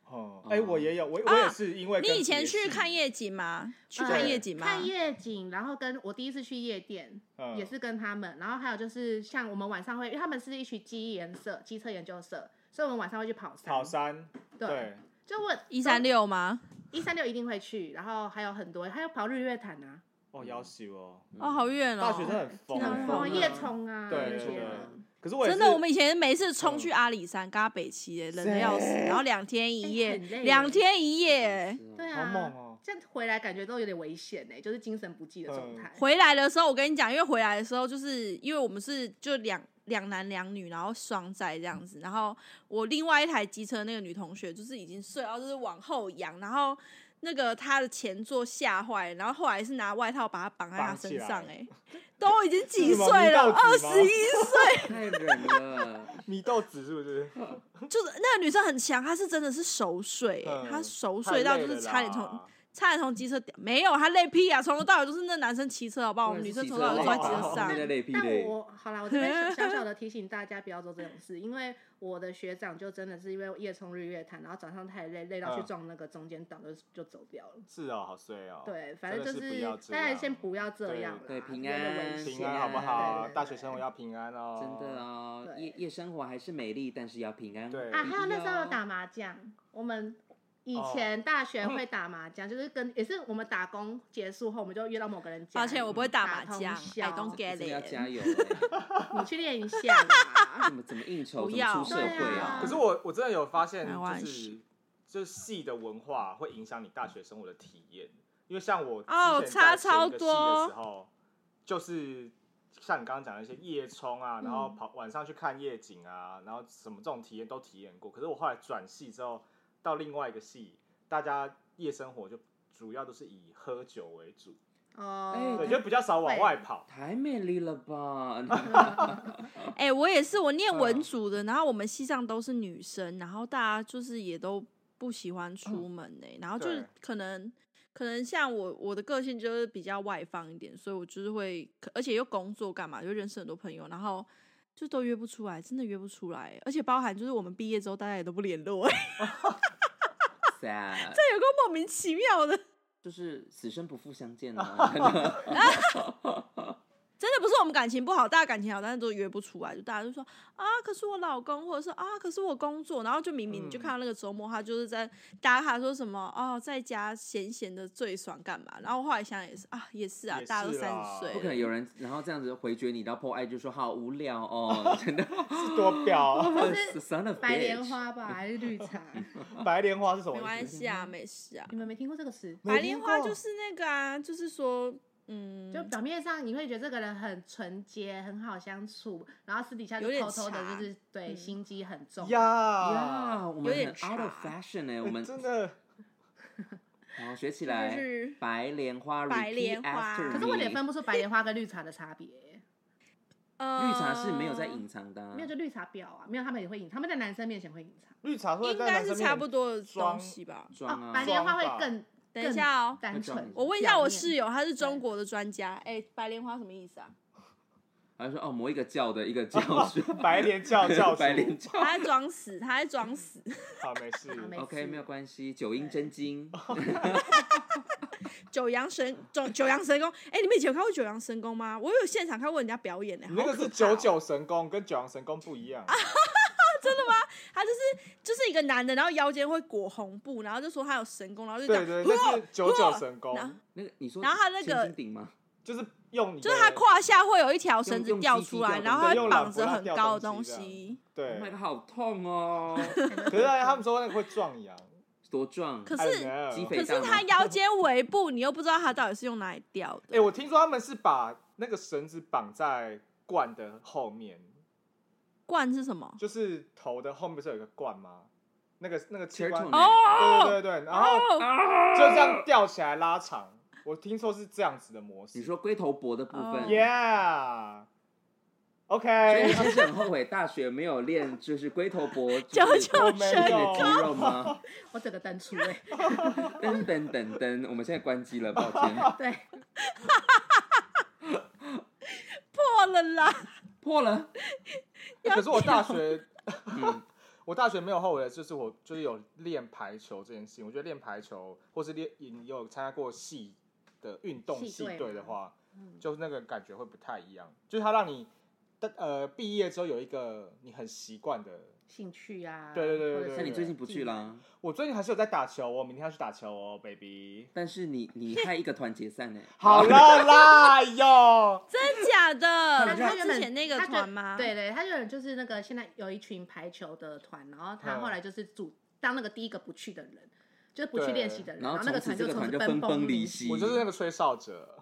B: 哦，哎，我也有，我我
E: 啊
B: 也是因为
E: 你
B: 跟
E: 以前
B: 别
E: 去
B: 系
E: 看夜景吗？去
D: 呃
E: 看夜景吗？
D: 看夜景，然后跟我第一次去夜店、
B: 嗯
D: 也是跟他们，然后还有就是像我们晚上会，因为他们是一群基研社、机测研究社，所以我们晚上会去跑山。
B: 跑
E: 嗯
B: 山，
D: 对，
B: 对，
D: 就我
E: 一三六吗？
D: 一三六一定会去，然后还有很多，还有跑日月潭啊，
B: 哦，要死哦，
E: 哦，好远哦！
B: 大学生很疯
C: 真的
B: 哎
C: 很
D: 然
C: 疯
D: 后
C: 啊
D: 夜冲啊
B: 对
D: 那
B: 对
D: 些
B: 对
D: 的。。
B: 可是我也
E: 真
B: 是嗯
E: 的，我们以前每次冲去阿里山，嘎北骑耶，冷的要死，然后两天一
D: 哎
E: 夜
D: 很累，耶
E: 两天一夜。
D: 对
B: 好
D: 啊，
B: 猛哦
D: 这样回来感觉都有点危险呢、就是精神不济的状
B: 嗯
D: 态。
E: 回来的时候，我跟你讲，因为回来的时候，就是因为我们是就两两男两女，然后双载这样子。然后我另外一台机车那个女同学，就是已经睡到就是往后仰，然后那个她的前座吓坏，然后后来是拿外套把她绑在她
B: 绑起
E: 身
B: 来
E: 上、欸，哎，都
B: <laughs>
E: 已经几
B: 是什么
E: 岁
B: 迷道
E: 了，二
B: 子吗
E: 十一岁， <laughs>
C: 太忍
D: <laughs> 哦
C: 了，
B: 米豆子是不是？
E: 就是那个女生很强，她是真的是熟睡、欸
B: 嗯
E: 她熟
B: 太
E: 睡到
B: 累
E: 就是
B: 了
E: 差点从
B: 啦
E: 差点从机车掉，没有，她累屁啊，从头到尾都是那男生骑车，好不好？我们女生从头到尾都坐在机车上
C: 那。个累屁
D: 但
C: 嘞，
D: 我好啦，我这边小小小的提醒大家不要做这种
B: <laughs>
D: 事，因为我的学长就真的是因为夜冲日月潭，然后早上太累，累
B: 嗯
D: 到去撞那个中间岛，就就走掉了。
B: 是哦，好衰哦。
D: 对，反正
B: 真的
D: 就是
B: 不要
D: 是
B: 这
D: 大家
B: 样
D: 先不要这
B: 对
D: 样啦，
C: 对平
D: 这边的危
C: 安
D: 险
B: 平安好不好？
D: 对对
B: 大学生活要平安哦。
C: 真
E: 啊
C: 的。哦，
D: 对
C: 夜夜生活还是美丽，但是要平安。
B: 对
D: 啊，还有那时候有打麻将，我们以前大学会打麻将，就是跟也是我们打工结束后，我们就约到某个人家。
E: 抱歉，我不会打麻
D: 嗯通
E: 将
D: 宵
E: ，I don't
C: 真
E: get
C: 的要
E: it。
C: 加
D: <laughs>
C: 油欸，
D: 你去练一
E: <laughs>
D: 下啦
C: 怎。么怎么应酬，
E: 不
C: 怎么
E: 要
C: 出社会
D: 对啊
B: 可是我我真的有发现，
E: 没
B: 就
E: 关
B: 是
E: 系
B: 就是系的文化会影响你大学生活的体验，因为像我
E: 哦
B: 之前
E: 差
B: 在前一
E: 超
B: 个系的
E: 多
B: 时候，就是像你刚刚讲的一些夜冲啊，然后跑晚上去看夜景啊，然后什么这种体验都体验过。可是我后来转系之后，到另外一个系，大家夜生活就主要都是以喝酒为主，
D: 哦，
B: 哎对，就比较少往
D: 会
B: 外
E: <laughs>
B: 跑。
C: 太美丽了
D: <laughs>
C: 吧？
E: 哎、我也是，我念文
B: 嗯
E: 组的，然后我们系上都是女生，然后大家就是也都不喜欢出门呢、
C: 嗯
E: 然后就是
B: 对
E: 可能可能像我我的个性就是比较外放一点，所以我就是会，可而且又工作干嘛，就认识很多朋友，然后。就都约不出来，真的约不出来，而且包含就是我们毕业之后，大家也都不联络， <laughs> 哎，
C: sad，
E: 有个莫名其妙的，
B: <laughs>
C: 就是死生不复相见啊！
E: 真真的不是我们感情不好，大家感情好，但是都约不出来，就大家就说啊，可是我老公，或者是啊，可是我工作，然后就明明你就
B: 嗯
E: 看到那个周末他就是在打卡说什么哦，在家闲闲的最爽干嘛？然后后来想想也是啊，也是啊，
B: 也
E: 大家都
B: 是
E: 三
B: 啦
E: 十岁了，
B: 不
C: 不可能有人然后这样子回绝你，然后 po 爱就说好无聊哦， <laughs> 真的
B: 是多啊婊，
D: 是
C: son of
D: 白莲
C: bitch
D: 花吧，还是绿茶？
B: 白莲花是什么
E: 没
B: 意
E: 关
B: 思？
E: 系啊，没事啊。
D: 你们没听过这个词？
B: 没
E: 白莲
B: 听
E: 花
B: 过
E: 就是那个啊，就是说，嗯，
D: 就表面上你会觉得这个人很纯洁，很好相处，然后私底下就
E: 有点
D: 偷偷的，
E: 茶
D: 就是对
E: 嗯
D: 心机很重。
C: 呀，
B: 呀，
C: 啊我们
E: 有点
C: 很 out of
E: 差
C: fashion 哎，
B: 哎
C: 我们
B: <laughs> 真的
C: 好学起
E: 就
C: 来。
E: 是
C: 白莲花，
E: 白
C: repeat
E: 莲花
C: after
D: 可是我有点
C: me
D: 分不出白莲花跟绿茶的差别，
E: 呃，
C: 绿茶是没有在隐藏的啊，
E: 嗯
D: 没有就绿茶婊啊，没有他们也会隐，他们在男生面前会隐藏。
B: 绿茶会
E: 应
B: 在男
E: 该
B: 生
E: 是
B: 面
E: 差不多的
B: 装
E: 东西吧。
C: 装啊，
D: 白莲哦花
B: 装
D: 会
B: 吧
D: 更
E: 等一下哦，
D: 单纯。
E: 我问一下我
D: 表面
E: 室友，他是中国的专家。哎、白莲花什么意思啊？
C: 还说哦某一个教的
B: <laughs>
C: 一个教主，
B: 白莲教教主
C: <laughs> 白莲教。
E: 他在装死，他在装死。
B: 好没事，
D: 好没
C: OK，
D: 事
C: 没有关系，九阴真经，
E: 九阳神九九阳神功，哎、你们以前有看过九阳神功吗？我有现场看过人家表演呢、
B: 你那
E: 好
B: 个
E: 可
B: 是
E: 怕
B: 九
E: 哦
B: 九神功，跟九阳神功不一样。
E: 他就是就是一个男的，然后腰间会裹红布，然后就说他有神功，然后就
B: 对
E: 讲
B: 对，
E: 呼
B: 那是九九神功，
E: 然后
C: 那个你说，
E: 然后他那个
C: 顶吗？
B: 就是用你
E: 就是他
B: 的
E: 胯下会有一条绳
C: 用
E: 子
C: 用
E: 掉
C: 鸡鸡
E: 出来，
C: 掉
E: 然后
C: 东
E: 他
C: 西
E: 会绑
C: 用
E: 着
B: 老婆
E: 很
B: 掉
E: 高的
B: 东
E: 东
B: 西
E: 西。
B: 对
C: Oh my god，好痛哦，
B: 可是他们说那个会壮阳，
C: 多壮！
E: 可
B: 哎
E: 是
B: 没有
C: 鸡
E: 可
C: 肥
E: 是他腰间围布，你又不知道他到底是用哪里掉
B: 哎、
E: 的。
B: 我听说他们是把那个绳子绑在罐的后面，
E: 冠是什么？
B: 就是头的后面不是有一个罐吗？那个那个器官，
C: Turtleneck
E: 哦
B: 对对对，然后
E: 哦，
B: 就这样吊起来拉长。我听说是这样子的模式。
C: 你说龟头脖的部分
E: 哦
B: ，Yeah，OK，、
C: 所以先生很后悔大学没有练，就是龟头脖
E: 九
C: 就是
E: 九
B: 没
E: 神
C: 练
B: 有
C: 的肌肉吗？
D: 我整个单出哎、
C: 噔噔噔噔，我们现在关机了，抱歉，
D: <laughs> 对，
E: 破了啦！
C: 破了。
B: <laughs> 可是我大学，
C: 嗯，
B: 我大学没有后悔的，就是我就是有练排球这件事情。我觉得练排球，或是练你有参加过系的运动
D: 系
B: 系
D: 队
B: 队的
D: 吗
B: 话，
D: 嗯
B: 就是那个感觉会不太一样。就是它让你的呃毕业之后有一个你很习惯的。
D: <laughs> 兴趣啊，
B: 对对对对
D: 或者是
B: 对
C: 那你最近不去
D: 技
C: 啦？
B: 我最近还是有在打球哦，明天要去打球哦，baby。
C: 但是你你害一个团解散呢。欸
B: <laughs> 好了 <laughs> 啦，哎呦，
E: 真假的？
D: 能，
E: 他
D: 他原本
E: 之前那个
D: 他就
E: 团吗？
D: 对对，他原本就是那个现在有一群排球的团，然后他
B: 嗯
D: 后来就是主当那个第一个不去的人，就是不去
B: 对
D: 练习的人，
C: 然
D: 然
C: 后
D: 那
C: 从
D: 个
C: 此
D: 团
C: 这
D: 就
C: 个团
D: 从
C: 就
D: 此
C: 分崩离
D: 离。
C: 析，
B: 我就是那个吹哨者。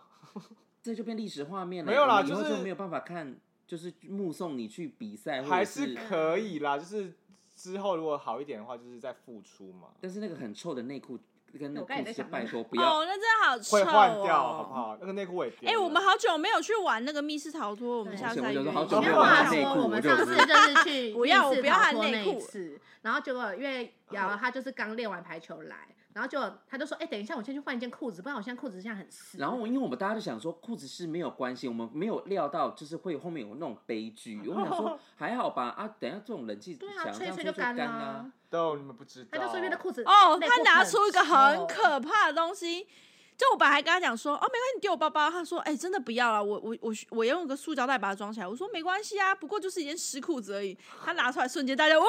C: 这就变历史画面了。
B: 没有啦
C: 我们以后
B: 就是
C: 就没有办法看，就是目送你去比赛，或
B: 还
C: 者
B: 是
C: 是
B: 可以啦，就是之后如果好一点的话，就是再付出嘛，
C: 但是那个很臭的内裤跟那
D: 我刚才
C: 裤
D: 也在
C: 子，就
D: 想那
C: 拜
D: 个
C: 托不要。
E: 哦，那真的好臭
B: 会
E: 哦！
B: 换掉好不好？那个内裤我也丢
E: 哎、
B: 了。
E: 我们好久没有去玩那个密室逃脱，我们
D: 对
E: 下次
C: 我
E: 再
C: 想
E: 约一下。
C: 我就说好久
D: 因
C: 没
D: 为
C: 有
D: 话
C: 换内
D: 说，
C: 裤
D: 啊我们
C: 我就
D: 上次
E: <laughs>
D: 就是去
E: 不要
D: 密室
E: 我不要
D: 逃
E: 喊
D: 脱
E: 内
D: 那一
E: 裤
D: 次，然后结果因为瑶瑶她就是刚练完排球来，然后就她就说：“哎，等一下，我先去换一件裤子，不然我现在裤子现在很湿。”
C: 然后我因为我们大家就想说裤子是没有关系，我们没有料到就是会后面有那种悲剧。我想
D: <laughs>
C: 说还好吧啊，等一下这种冷气
D: 对
C: 墙
D: 啊，吹
C: 这
D: 一
C: 样吹
D: 吹就
C: 就
D: 干
C: 啦、
D: 啦。
B: 都你们不知道，
D: 他就说因为那裤子
E: 哦，
D: 内
E: 他
D: 裤
E: 拿
D: 很
E: 出一个很
D: 臭
E: 可怕的东西。就我本来还跟他讲说，哦，没关系，你给我包包。他说，哎、真的不要了，我我我我用一个塑胶袋把它装起来。我说没关系啊，不过就是一件湿裤子而已。他拿出来瞬间，大家
B: <laughs>
E: 哇，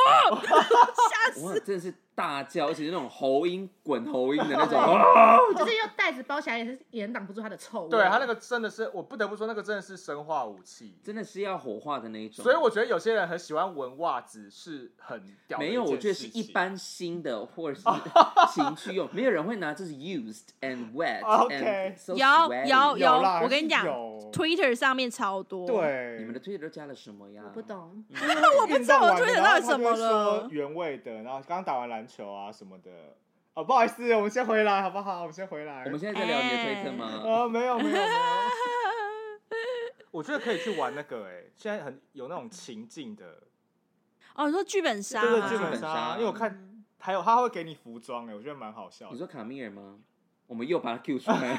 E: 吓死！
C: 哇，真的是大叫，而且是那种喉音滚喉音的那种。
D: <laughs> 就是用袋子包起来也是也挡不住它的臭味。
B: 对啊
E: 啊
B: 他那个真的是，我不得不说，那个真的是生化武器。
C: 真的是要火化的那一种。
B: 所以我觉得有些人很喜欢闻袜子是很屌的
C: 没
B: 件事情，
C: 有，我觉得是一般新的
B: <laughs>
C: 或者是情趣用，没有人会拿这是 used and
B: <laughs>
C: wet
B: OK
C: and so
E: 有
C: sweaty
E: 有
B: 有啦
E: 我跟你讲
B: 还是有
E: ，Twitter 上面超多。，
B: 对
E: <laughs>
C: 你们的推特都加了什么呀？
D: 我不。懂，
B: 嗯我
E: 不知道我推的到底什么了
B: 原味的，然后刚打完篮球啊什么的。哦，不好意思，我们先回来好不好？我们先回来。
C: 我们现在在聊你的推特
D: 哎
C: 吗？
B: 呃，没有没有没有。 <laughs> 我觉得可以去玩那个哎、现在很有那种情境的，
E: 哦，你说剧本杀啊
B: 对
E: 吗，
B: 对，剧本
C: 本
B: 杀，
C: 杀
B: 因为我看还有他会给你服装哎、我觉得蛮好笑
C: 你
B: 的。
C: 说卡米尔吗？我们
B: <laughs>
C: 又把他 Q 出来，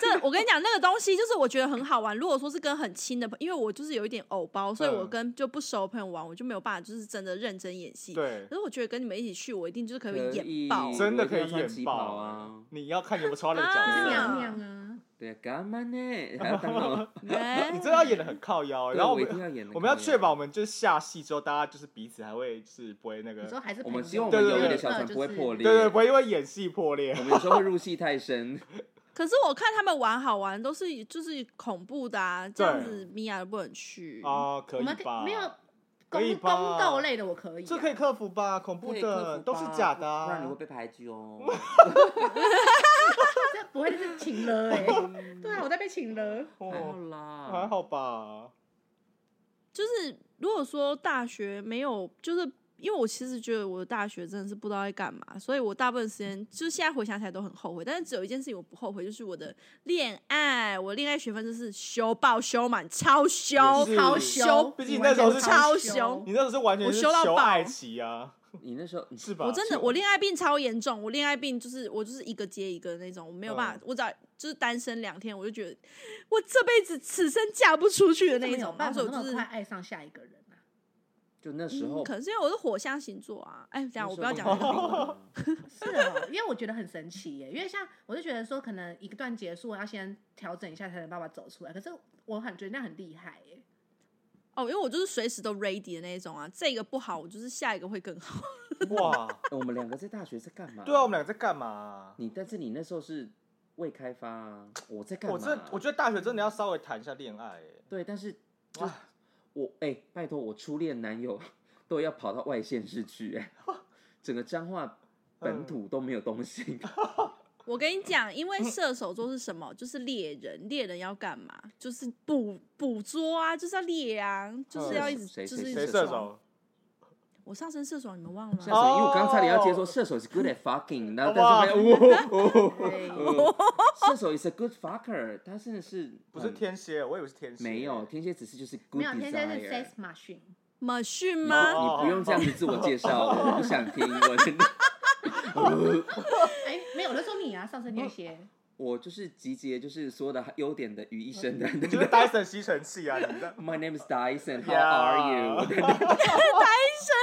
E: 这我跟你讲，那个东西就是我觉得很好玩。如果说是跟很亲的朋因为我就是有一点偶包，所以我
B: 嗯
E: 跟就不熟的朋友玩，我就没有办法就是真的认真演戏。
B: 对
E: 可，是我觉得跟你们一起去，我一定就是可
C: 可
E: 以演爆
C: 以。
B: 真的
C: 我一
B: 可
C: 定要
B: 以
C: 穿
B: 演
C: 旗
B: 爆
C: 袍
B: 欸
C: 啊！
B: 你要看你有没有穿到那个角
E: 啊
D: 是
B: 色，
D: 娘娘啊，
C: 对，干嘛呢？还要当那种
E: 哎
B: 你真的要演的很靠
C: <laughs>
B: 腰欸，
C: 对
B: 然后我
C: 我一定
B: 们
C: 要演得
B: 我们要
C: 高
B: 确
C: 雅
B: 保我们就是下戏之后，大家就是彼此还会是不会那个
D: 你，说还是
C: 我
D: 朋
C: 们
D: 友
C: 希望我
B: 对
C: 们
B: 对
C: 友谊
B: 对
C: 的小船
D: 就
C: 不会
D: 是
C: 破裂。
B: 对对，不会因为演戏破裂
C: 我。们有时候会入戏太深。
E: 可是我看他们玩好玩都是以就是恐怖的啊，这样
B: 对
E: 子米娅都不能去。
B: 哦，可
D: 我
B: 以
D: 们
B: 吧？
D: 没有
B: 可以
D: 宫宫
B: 吧
D: 斗类的，我可以、啊，
B: 这可以克服吧？恐怖
C: 对
B: 的
C: 克服
B: 都是
C: 吧
B: 假的
C: 不然你会
B: 啊。
C: 被排挤 <laughs> 哦。
D: 这不会是请
B: <laughs>
D: 了哎、对啊，我在被请了。
C: 还好
B: 哦，
C: 啦，
B: 还好吧？
E: 就是如果说大学没有，就是因为我其实觉得我的大学真的是不知道在干嘛，所以我大部分时间就是现在回想起来都很后悔。但是只有一件事情我不后悔，就是我的恋爱，我恋爱学分就是修爆修满，超修。
B: 也是
D: 超
E: 羞
D: 凶，
B: 毕竟那时候是
E: 超
D: 凶
E: 凶，
B: 你那时候是完全
E: 我
B: 是
E: 修到
B: 求
E: 爆
B: 爱奇啊，
C: 你那时候嗯
B: 是吧？
E: 我真的，我恋爱病超严重，我恋爱病就是我就是一个接一个的那种，我没有办法，
B: 嗯
E: 我只要就是单身两天，我就觉得我这辈子此生嫁不出去的那
D: 没
E: 一
D: 有
E: 种，
D: 办
E: 然
D: 法
E: 后
D: 那
E: 所以我就
D: 么
E: 是
D: 快爱上下一个人啊。
C: 就那时候
E: 嗯，可，能是因为我是火象星座啊。哎，等一下
C: 那
E: 我
C: 时
E: 不要
C: 候
E: 讲
C: 你
B: <laughs>
E: 这个病了。
C: 啊
D: 是哦，因为我觉得很神奇耶，因为像我就觉得说，可能一个段结束，我要先调整一下才能办法走出来。可是我很觉得那很厉害耶，
E: 哦，因为我就是随时都 ready 的那一种啊，这个不好，我就是下一个会更好。
B: <laughs>
E: <laughs>
B: 哇，
C: <laughs> 我们两个在大学在干嘛？
B: 对啊，我们俩在干嘛？
C: 你但是你那时候是未开发啊，我在干嘛？
B: 我真的我觉得大学真的要稍微谈一下恋爱欸，
C: 对，但是
B: 哇，
C: 我哎、拜托，我初恋男友都要跑到外县市去、哎，整个彰化本
B: 嗯
C: 土都没有
B: <laughs>
C: 东西。
E: 我跟你讲，因为射手座是什么？就是猎人，猎人要干嘛？就是捕捕捉啊，就是要猎啊，就是要一直
C: 嗯谁
E: 就是一
B: 谁
E: 直
B: 射
E: 抓
B: 手？
E: 我上升射手，你们忘了吗？
C: 射手，因为我刚才你要接
B: 哦
C: 说射手是 good at fucking，然后
B: 哇
C: 但是没有，哦哦
D: 对
C: 哦哦射手 is a good fucker，他真的是
B: <laughs> 不是
C: 很
B: 天蝎，我以为是天蝎。
C: 没有天蝎，只是就是 good
D: 没有天生是
C: desire
D: sex。machine，
E: 马逊
C: 你
E: 吗？
C: 不你不用这样子自我介绍了，我不想听。我
B: <laughs>
C: 真的，
D: 哎，没有，我在说你啊，上升天蝎，
C: 我就是集结就是所有的优点的于一身的。
B: 就是 Dyson 吸尘器啊，
E: <laughs>
B: 你的
C: My name is Dyson. How
B: Yeah. <laughs>
C: are you? <laughs> Dyson，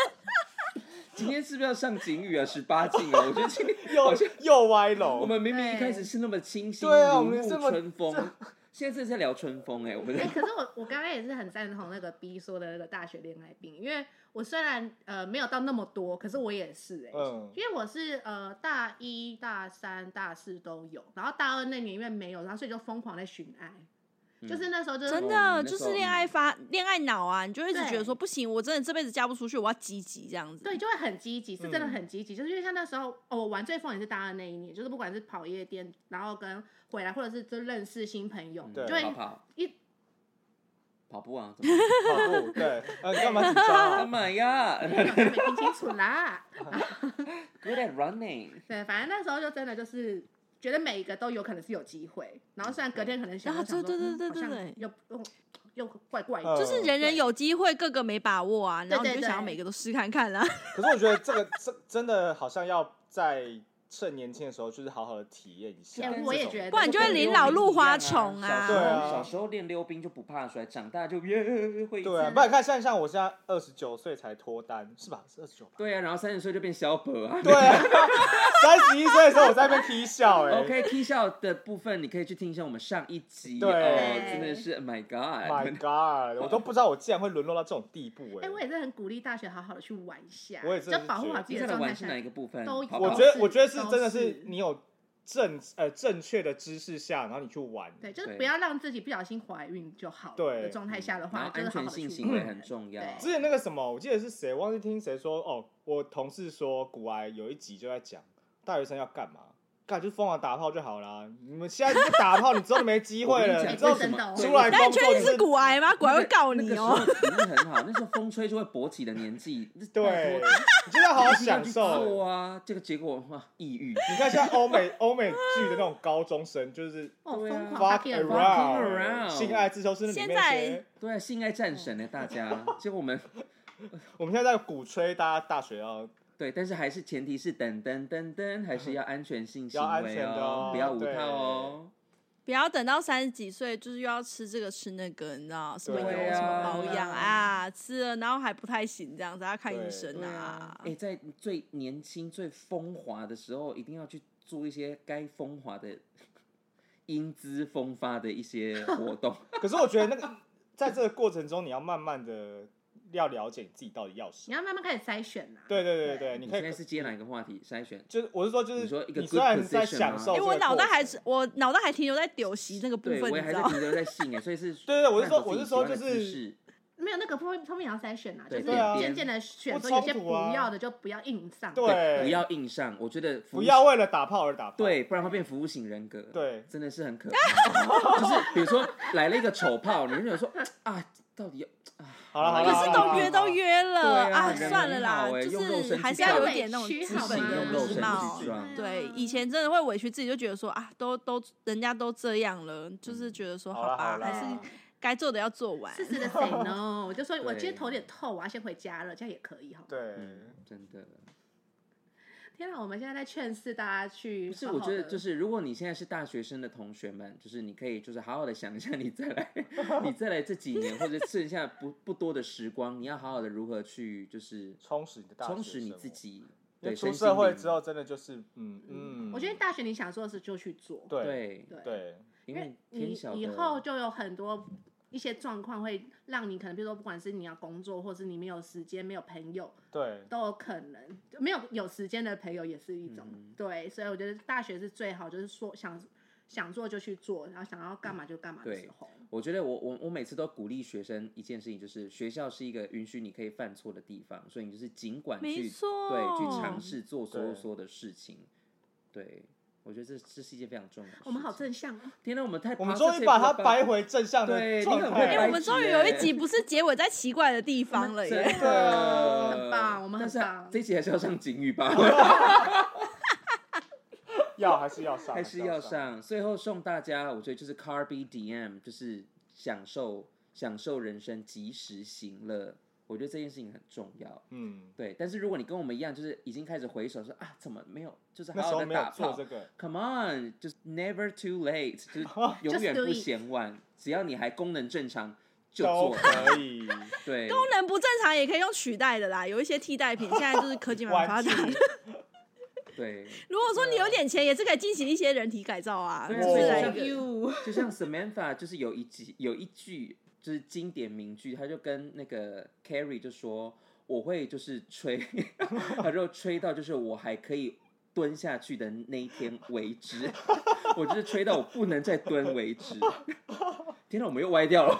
C: 今天是不是要上警语啊？十八禁啊！我觉得今
B: <laughs>
C: 天
B: 又
C: 好像
B: 又歪
C: 我
B: 楼。
C: 们明明一开始是那么清新，
B: 对啊我
C: 如
B: 们
C: 沐
B: 这么
C: 春风，现在是在聊春风哎、我们
D: 哎、
C: 在
D: 可是我我刚刚也是很赞同那个 B 说的那个大学恋爱病，因为我虽然呃没有到那么多，可是我也是哎、
B: 嗯，
D: 因为我是呃大一、大三、大四都有，然后大二那年因为没有，然后所以就疯狂在寻爱，就是那时候就是
E: 真的
C: 哦你那
E: 就
C: 时候
E: 是恋爱发恋爱脑啊，你就会一直
D: 对
E: 觉得说不行，我真的这辈子嫁不出去，我要积极这样子。
D: 对，就会很积极，是真的
B: 嗯
D: 很积极。就是因为像那时候，哦，我玩最疯也是大二那一年，就是不管是跑夜店，然后跟回来，或者是就认识新朋友，
C: 嗯
B: 对
D: 就会
C: 跑跑
D: 一
C: 跑步
B: <laughs>
C: 啊，怎么了
B: 跑步对， <laughs> 呃，你干嘛紧张
C: 干
E: <laughs>
B: 啊？
C: 嘛呀
D: 没听清楚啦。
C: ？Good at running，
D: 对，反正那时候就真的就是觉得每一个都有可能是有机会，然后虽然隔天可能想，
E: 啊
D: 想说
E: 对对
D: 嗯
E: 对
D: 好
E: 对
D: 像
E: 对
D: 又又又怪怪
B: 嗯
D: 的，
C: 呃
E: 就是人人有机会，个个没把握啊，然后你
D: 对
E: 就
D: 对
E: 想要
D: 对
E: 每个都试看看啊啦。
B: 可是我觉得这个这真的好像要在趁年轻的时候，就是好好的体验一下
D: 哎
B: 这种。
D: 我也觉得
E: 不然就会临老入花丛啊
C: 小时候
B: 对啊
C: 小时候练溜冰就不怕摔，长大就耶会。
B: 对啊，不然看像像我现在二十九岁才脱单，是吧？是二十九吧？
C: 对啊，然后三十岁就变小本啊。
B: 对啊， <laughs> 三十一岁的时候我在被踢笑哎、
C: OK K 笑的部分，你可以去听一下我们上一集。
B: 对
C: 哦、真的是 oh My
B: My
C: <laughs> God，
B: God！我都不知道我竟然会沦落到这种地步哎、
D: 哎、我也是很鼓励大学好好的去玩一下，
B: 我也真的
D: 就是保护
B: 觉
D: 好
B: 得
D: 自
C: 你
D: 己的
C: 在
D: 状态
C: 玩是
D: 下
C: 哪。一个部分？
D: 都有
C: 跑跑
B: 我觉得，
D: 是
B: 我觉得是真的是
D: 都是
B: 你有正呃正确的知识下，然后你去玩，
D: 对，就是
C: 对嗯
D: 不要让自己不小心怀孕就好了。
B: 对
D: 的状态下的
C: 然
D: 话，
C: 后
D: 就是
C: 安
D: 好
C: 全
D: 好地
C: 性
D: 去
C: 行为
D: 玩嗯
C: 很重要。
D: 对
B: 之前那个什么，我记得是谁，忘记听谁说哦，我同事说古埃有一集就在讲大学生要干嘛，干就是疯狂打炮就好啦。你们现在不打炮，你之后就没机会
C: 我
B: 了，
C: 跟
B: 你
C: 你
B: 之
D: 知道
B: 后
C: 讲，
D: 真
C: 为什么
D: 的哦
C: 对
B: 出来
E: 但
B: 工
E: 确
B: 作
E: 定
B: 就是是
E: 骨癌吗？骨癌会告
C: 那
E: 你
C: 个时
E: 哦
C: 候。不是很好， <laughs> 那时候风吹就会勃起的
B: <laughs>
C: 年纪，
B: 对，你就是
C: <laughs>
B: 要好好享受。
C: 做啊！这个结果哇，抑郁。
B: 你看现在欧美欧美剧的那种高中生，就是
D: 哦，
C: 对
D: 疯
C: 啊
D: 狂
B: fuck
D: fucking around，
B: around，
C: around
B: 性爱自修室里面
E: 现在
B: 那些。
C: 对啊，性爱战神
B: 哦
C: 呢，大家。结果我们
B: 我们现在在鼓吹大家大学啊要
C: 对，但是还是前提是等等等
B: <laughs>
C: 等，还是要安全性行
B: 要安
C: 为
B: 全的哦
C: 不要无
B: 对
C: 套哦。
E: 不要等到三十几岁，就是又要吃这个吃那个，你知道什么油、
B: 对啊
E: 什么保养
D: 对
E: 啊，吃了然后还不太行，这样子要看
B: 对
E: 医生
C: 对
E: 啊
C: 啊，。哎、在最年轻、最风华的时候，一定要去做一些该风华的英姿风发的一些活动。
B: 可是我觉得那个在这个过程中，你要慢慢的要了解你自己到底要什
D: 你
B: 么。
D: 要慢慢开始筛选啦、
B: 对对对
D: 对
B: 对，
C: 你
B: <laughs> 你可
C: 现在
B: 以
C: 是接哪一个话题筛选？
B: 就是我是说就
C: 你说
B: 是
C: 一个
B: 虽
C: good
B: 然在
C: position
B: 享
C: 吗
B: 受
E: 因
B: 这
E: 为
B: 个
E: 哎我脑袋
B: 过
E: 还
B: 程
E: 是我脑袋还停留在丢席那个部
C: 对
E: 分，你
C: 我也还
E: 知
C: 是
E: 道
C: 停？留在性哎，所以
B: <laughs>
C: 是
B: 对对我是
C: 探索
B: 说我
C: 自己
B: 是说
C: 喜欢的
B: 就是
C: 姿势
D: 没有那个后面后面也要筛选啦、就
C: 对
D: 是
B: 对啊
D: 渐渐的选，
B: 不
D: 说有些
B: 冲
D: 不
B: 突啊
D: 要的就不要硬上。
B: 对
C: 对，不要硬上，我觉得服务
B: 不要为了打炮而打炮。
C: 对，不然会变服务型人格，
B: 对
C: 真的是很可怕。就是比如说来了一个丑炮，你就想说啊，到底要
B: 好了好
C: 啊
B: 了，
E: 可哦是
B: 好
E: 都
B: 了
E: 约都，约了
C: 对啊人
E: 算了啦
C: 很好，欸用肉
E: 就是
C: 身
E: 还
C: 去
E: 是要
C: 撞
E: 有点那种
D: 基
E: 基
D: 本
E: 本
C: 自己
E: 的
C: 用肉
E: 礼
C: 身
E: 貌哦
C: 去。撞
E: 对，以前真的会委屈自己，就觉得说啊，都都人家都这样了，
C: 嗯
E: 就是觉得说
B: 好啦
E: 吧
B: 好，啦
E: 还
C: 哎
E: 是该做的要做完。
D: 适时的 say
B: <laughs>
D: no，我就说我
C: 对
D: 今天头有点痛，我要先回家了，这样也可以哈。
B: 对，
C: 嗯，真的。
D: 天哪，我们现在在劝世大家去
C: 不是，
D: 好
C: 我
D: 好
C: 觉得
D: 地
C: 就是，如果你现在是大学生的同学们，就是你可以就是好好的想一下，你再
D: <laughs>
C: 来，你再来这几年或者剩下不不多的时光，你要好好的如何去就是
B: 充实你的大学
C: 充实你
B: 生
C: 自
B: 活。
C: 己，
B: 因为
C: 对，
B: 出
C: 身
B: 社
C: 心
B: 会
C: 灵
B: 之后，真的就是嗯嗯，
D: 我觉得大学你想做的事就去做。
B: 对
C: 对，
D: 对
B: 对
C: 因
D: 因
C: 为
D: 为
C: 天
D: 你
C: 晓
D: 以
C: 得
D: 后就有很多一些状况会让你可能，比如说不管是你要工作，或是你没有时间、没有朋友，
B: 对，
D: 都有可能没有有时间的朋友也是一种、
C: 嗯
D: 对，所以我觉得大学是最好，就是说想想做就去做，然后想要干嘛就干嘛的
C: 对
D: 时候。
C: 我觉得我我我每次都鼓励学生一件事情，就是学校是一个允许你可以犯错的地方，所以你就是尽管去
E: 没错
C: 对去尝试做所有
B: 嗯对
C: 所有的事情。对，我觉得这这是一件非常重要的事情。
D: 我们好正向哦，
C: 天哪，我们太
B: 我们
C: 爬
B: 终
C: 这
B: 于
C: 节
B: 把
C: 目
B: 它
C: 了吧
B: 掰回正向
C: 对
B: 的
C: 你
B: 状
C: 很
B: 态。
C: 会
E: 哎、
C: 掰
E: 我们终于有一集不是结尾在奇怪的地方了
C: 真
E: 耶！
C: 的
B: 对
D: 很棒我们
C: 但
D: 很
C: 是
D: 棒
C: 这一集还是要上警语吧，
B: <laughs>
D: <laughs>
B: 要还是要上，
C: 还是要。上。最后送大家，我觉得就是 Carby DM，就是享受享受人生，及时行乐。我觉得这件事情很重要。
B: 嗯，
C: 对，但是如果你跟我们一样，就是已经开始回首说啊，怎么没有，就是
B: 那
C: 好
B: 时
C: 好
B: 候
C: 的
B: 没有
C: 打
B: 做
C: 炮。
B: 这个，
C: Come on，就是 never too late，就是永
D: <laughs>
C: 远
D: do
C: 不
D: it
C: 嫌晚，只要你还功能正常就
B: 都
C: 做它。
B: 可
C: <laughs>
B: 以。
C: 对，
E: 功能不正常也可以用取代的啦，有一些替代
C: <laughs>
E: 品，现在就是科技蛮发
B: 玩具
E: 达。
C: 对，
E: <laughs> 如果说你有点钱，也是可以进行一些人体改造啊，
C: 对
E: 就
C: 啊
E: 是来
C: 所以
E: 一个
C: 就像 Samantha 就是有一集有一句就是经典名句，他就跟那个 Carrie 就说我会就是吹， <laughs> 他就吹到就是我还可以蹲下去的那一天为止， <laughs> 我就是吹到我不能再蹲为止。天哪，我们又歪掉了。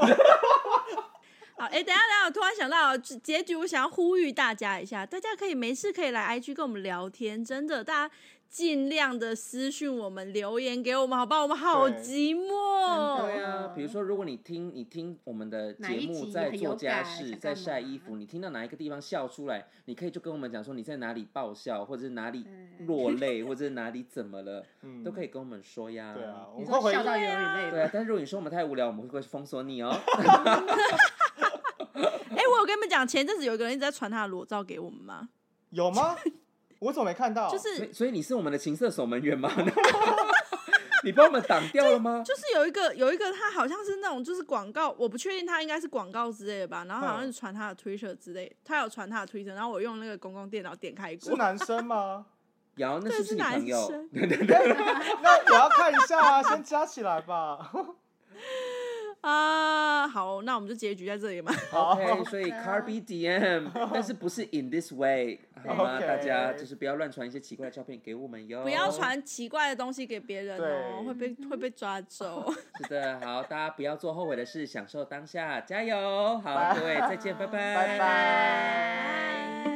E: 好，哎、等一下，等一下，我突然想到结局，我想要呼吁大家一下，大家可以没事可以来 IG 跟我们聊天，真的，大家尽量的私讯我们，留言给我们，好不好？我们好
B: 对
E: 寂
D: 真
E: 寞
C: 对
D: 的。
C: 啊，比如说，如果你听你听我们的
D: 哪
C: 节
D: 一
C: 目，
D: 集
C: 在
D: 很
C: 做
D: 有
C: 家
D: 感
C: 事，
D: 想
C: 在
D: 干
C: 晒
D: 嘛
C: 衣服，你听到哪一个地方笑出来，你可以就跟我们讲说你在哪里爆笑，或者是哪里
D: 对
C: 落泪，或者是哪里怎么了，
B: 嗯，
C: 都可以。嗯跟我们说呀。
B: 对啊，我
D: 你
B: 们
D: 说
B: 会回
D: 笑到流眼泪
C: 对啊
D: 了，，
C: 但是如果你说我们太无聊，我们会不会封锁
B: <laughs>
C: 你哦。
E: 哎、我有跟你们讲，前阵子有一个人一直在传他的裸照给我们吗？
B: 有吗？我怎么没看到？
E: 就
C: 哦所
E: 是
C: 以，所以你是我们的情色守门员吗？ <laughs> 你帮我们挡掉了吗？
E: 就是有一个有一个他好像是那种就是广告，我不确定他应该是广告之类的吧，然后好像是传他的 Twitter 之类，他有传他的 Twitter，然后我用那个公共电脑点开
B: 是
E: 过，
B: 男生吗？ <laughs>
C: 瑶，那
E: 对
C: 是不是
E: 是
C: 你
E: 男
C: 朋友？
E: 生
C: 对对对，
B: 那我要看一下啊，先加起来吧。 <laughs>
E: 啊、好，那我们就结局在这里嘛。
B: 好
C: OK，所以
B: <laughs>
C: Carby DM，但是不是 in this way，好吗？
B: OK
C: 大家就是不要乱传一些奇怪的照片给我们哟。
E: 不要。传奇怪的东西给别人哦，
B: 对
E: 会被会被抓走。
C: 是的，好，大家不要做后悔的事，享受当下，加油！好，各位再见，拜拜。
B: 拜拜。
D: 拜。